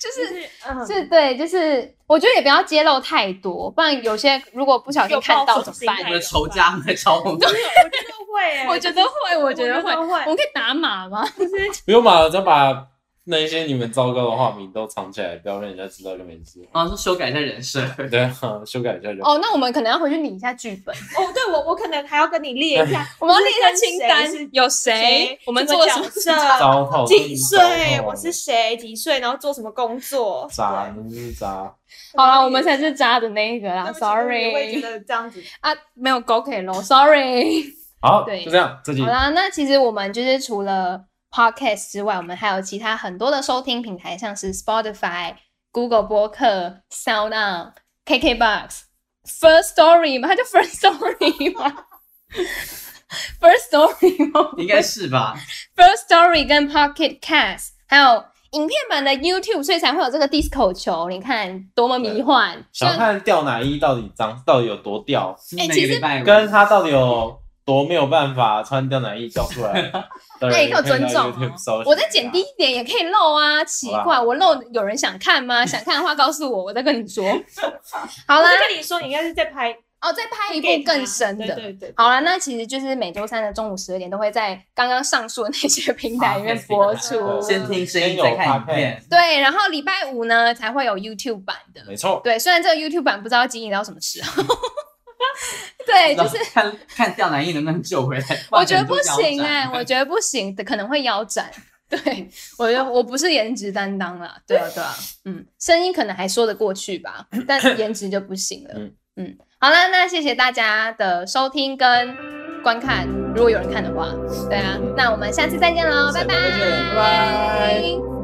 [SPEAKER 1] 就是
[SPEAKER 4] 嗯
[SPEAKER 1] 是对，就是我觉得也不要揭露太多，不然有些如果不小心看到怎么
[SPEAKER 4] 嗯有报复心
[SPEAKER 2] 我
[SPEAKER 1] 办
[SPEAKER 4] 态？
[SPEAKER 2] 们仇家会来找我们，
[SPEAKER 4] 我觉
[SPEAKER 1] 我觉
[SPEAKER 4] 得会、
[SPEAKER 1] 得会，我
[SPEAKER 4] 我
[SPEAKER 1] 觉得会，我
[SPEAKER 4] 会，
[SPEAKER 1] 们可以打码吗？
[SPEAKER 3] 不用把再把那些你们糟糕的话名都藏起来，不要让人家知道就没事。
[SPEAKER 2] 然后是修改一下人设。
[SPEAKER 3] 对啊，修改一下就好。
[SPEAKER 1] 哦，那我们可能要回去理一下剧本，，
[SPEAKER 4] 哦，对我我可能还要跟你列一下
[SPEAKER 1] 我们要列
[SPEAKER 4] 列
[SPEAKER 1] 一下清单，有
[SPEAKER 4] 谁
[SPEAKER 1] 谁，我们做了什么？
[SPEAKER 4] 么
[SPEAKER 3] 糟糕，
[SPEAKER 4] 几岁，
[SPEAKER 3] 糟糕
[SPEAKER 4] 我是谁，几岁，然后做什么工作，
[SPEAKER 3] 渣，你就是渣。
[SPEAKER 1] 好了，我们才是渣的那一个
[SPEAKER 4] 对
[SPEAKER 1] 啦
[SPEAKER 4] 对不起对不起我也觉
[SPEAKER 1] ，sorry
[SPEAKER 4] 得这样子，
[SPEAKER 1] 啊，没有狗可以搂，sorry。
[SPEAKER 3] 好，
[SPEAKER 1] 对
[SPEAKER 3] 就这样，这集
[SPEAKER 1] 好啦，那其实我们就是除了 podcast 之外，我们还有其他很多的收听平台，像是 Spotify、Google 播客、Sound On、KKBox、First Story 嘛，它叫 First Story 嘛，First Story 吗
[SPEAKER 2] 应该是吧？
[SPEAKER 1] ？First Story 跟 Pocket Cast，还有影片版的 YouTube，所以才会有这个 disco 球，你看多么迷幻！
[SPEAKER 3] 想看吊哪一到底脏，到底有多吊，
[SPEAKER 2] 是
[SPEAKER 1] 哎
[SPEAKER 2] 每个
[SPEAKER 1] 其实
[SPEAKER 2] 礼拜五
[SPEAKER 3] 跟他到底有多没有办法穿吊奶衣叫出来。那
[SPEAKER 1] 那也够尊重哦我再减低一点也可以漏啊，奇
[SPEAKER 3] 好
[SPEAKER 1] 怪，
[SPEAKER 3] 啦
[SPEAKER 1] 我漏有人想看吗？想看的话告诉我，我再跟你说。 好
[SPEAKER 4] 我
[SPEAKER 1] 啦
[SPEAKER 4] 就，跟你说，你应该是在拍
[SPEAKER 1] 哦，再拍一
[SPEAKER 4] 给
[SPEAKER 1] 部
[SPEAKER 4] 他
[SPEAKER 1] 更深的。
[SPEAKER 4] 对对对，
[SPEAKER 1] 好了，那其实就是每周三的中午十二点都会在刚刚上述的那些平台里面播出。
[SPEAKER 2] 先听声音再看影片，
[SPEAKER 1] 对，然后礼拜五呢才会有 YouTube 版的。
[SPEAKER 3] 没错，
[SPEAKER 1] 对，虽然这个 YouTube 版不知道经营到什么时候。 对，哎就是
[SPEAKER 2] 然后看看掉男艺能不能救回来。
[SPEAKER 1] 我觉得不行哎、
[SPEAKER 2] 哎，
[SPEAKER 1] 我觉得不行，可能会腰斩。对我觉得我不是颜值担当啦，对啊对啊，嗯，声音可能还说得过去吧，但颜值就不行了。嗯
[SPEAKER 3] 嗯
[SPEAKER 1] 好了，那谢谢大家的收听跟观看，如果有人看的话，对啊，那我们下次再见喽，
[SPEAKER 3] 下
[SPEAKER 1] 拜
[SPEAKER 3] 次
[SPEAKER 1] 拜，
[SPEAKER 3] 再见拜拜
[SPEAKER 1] 拜。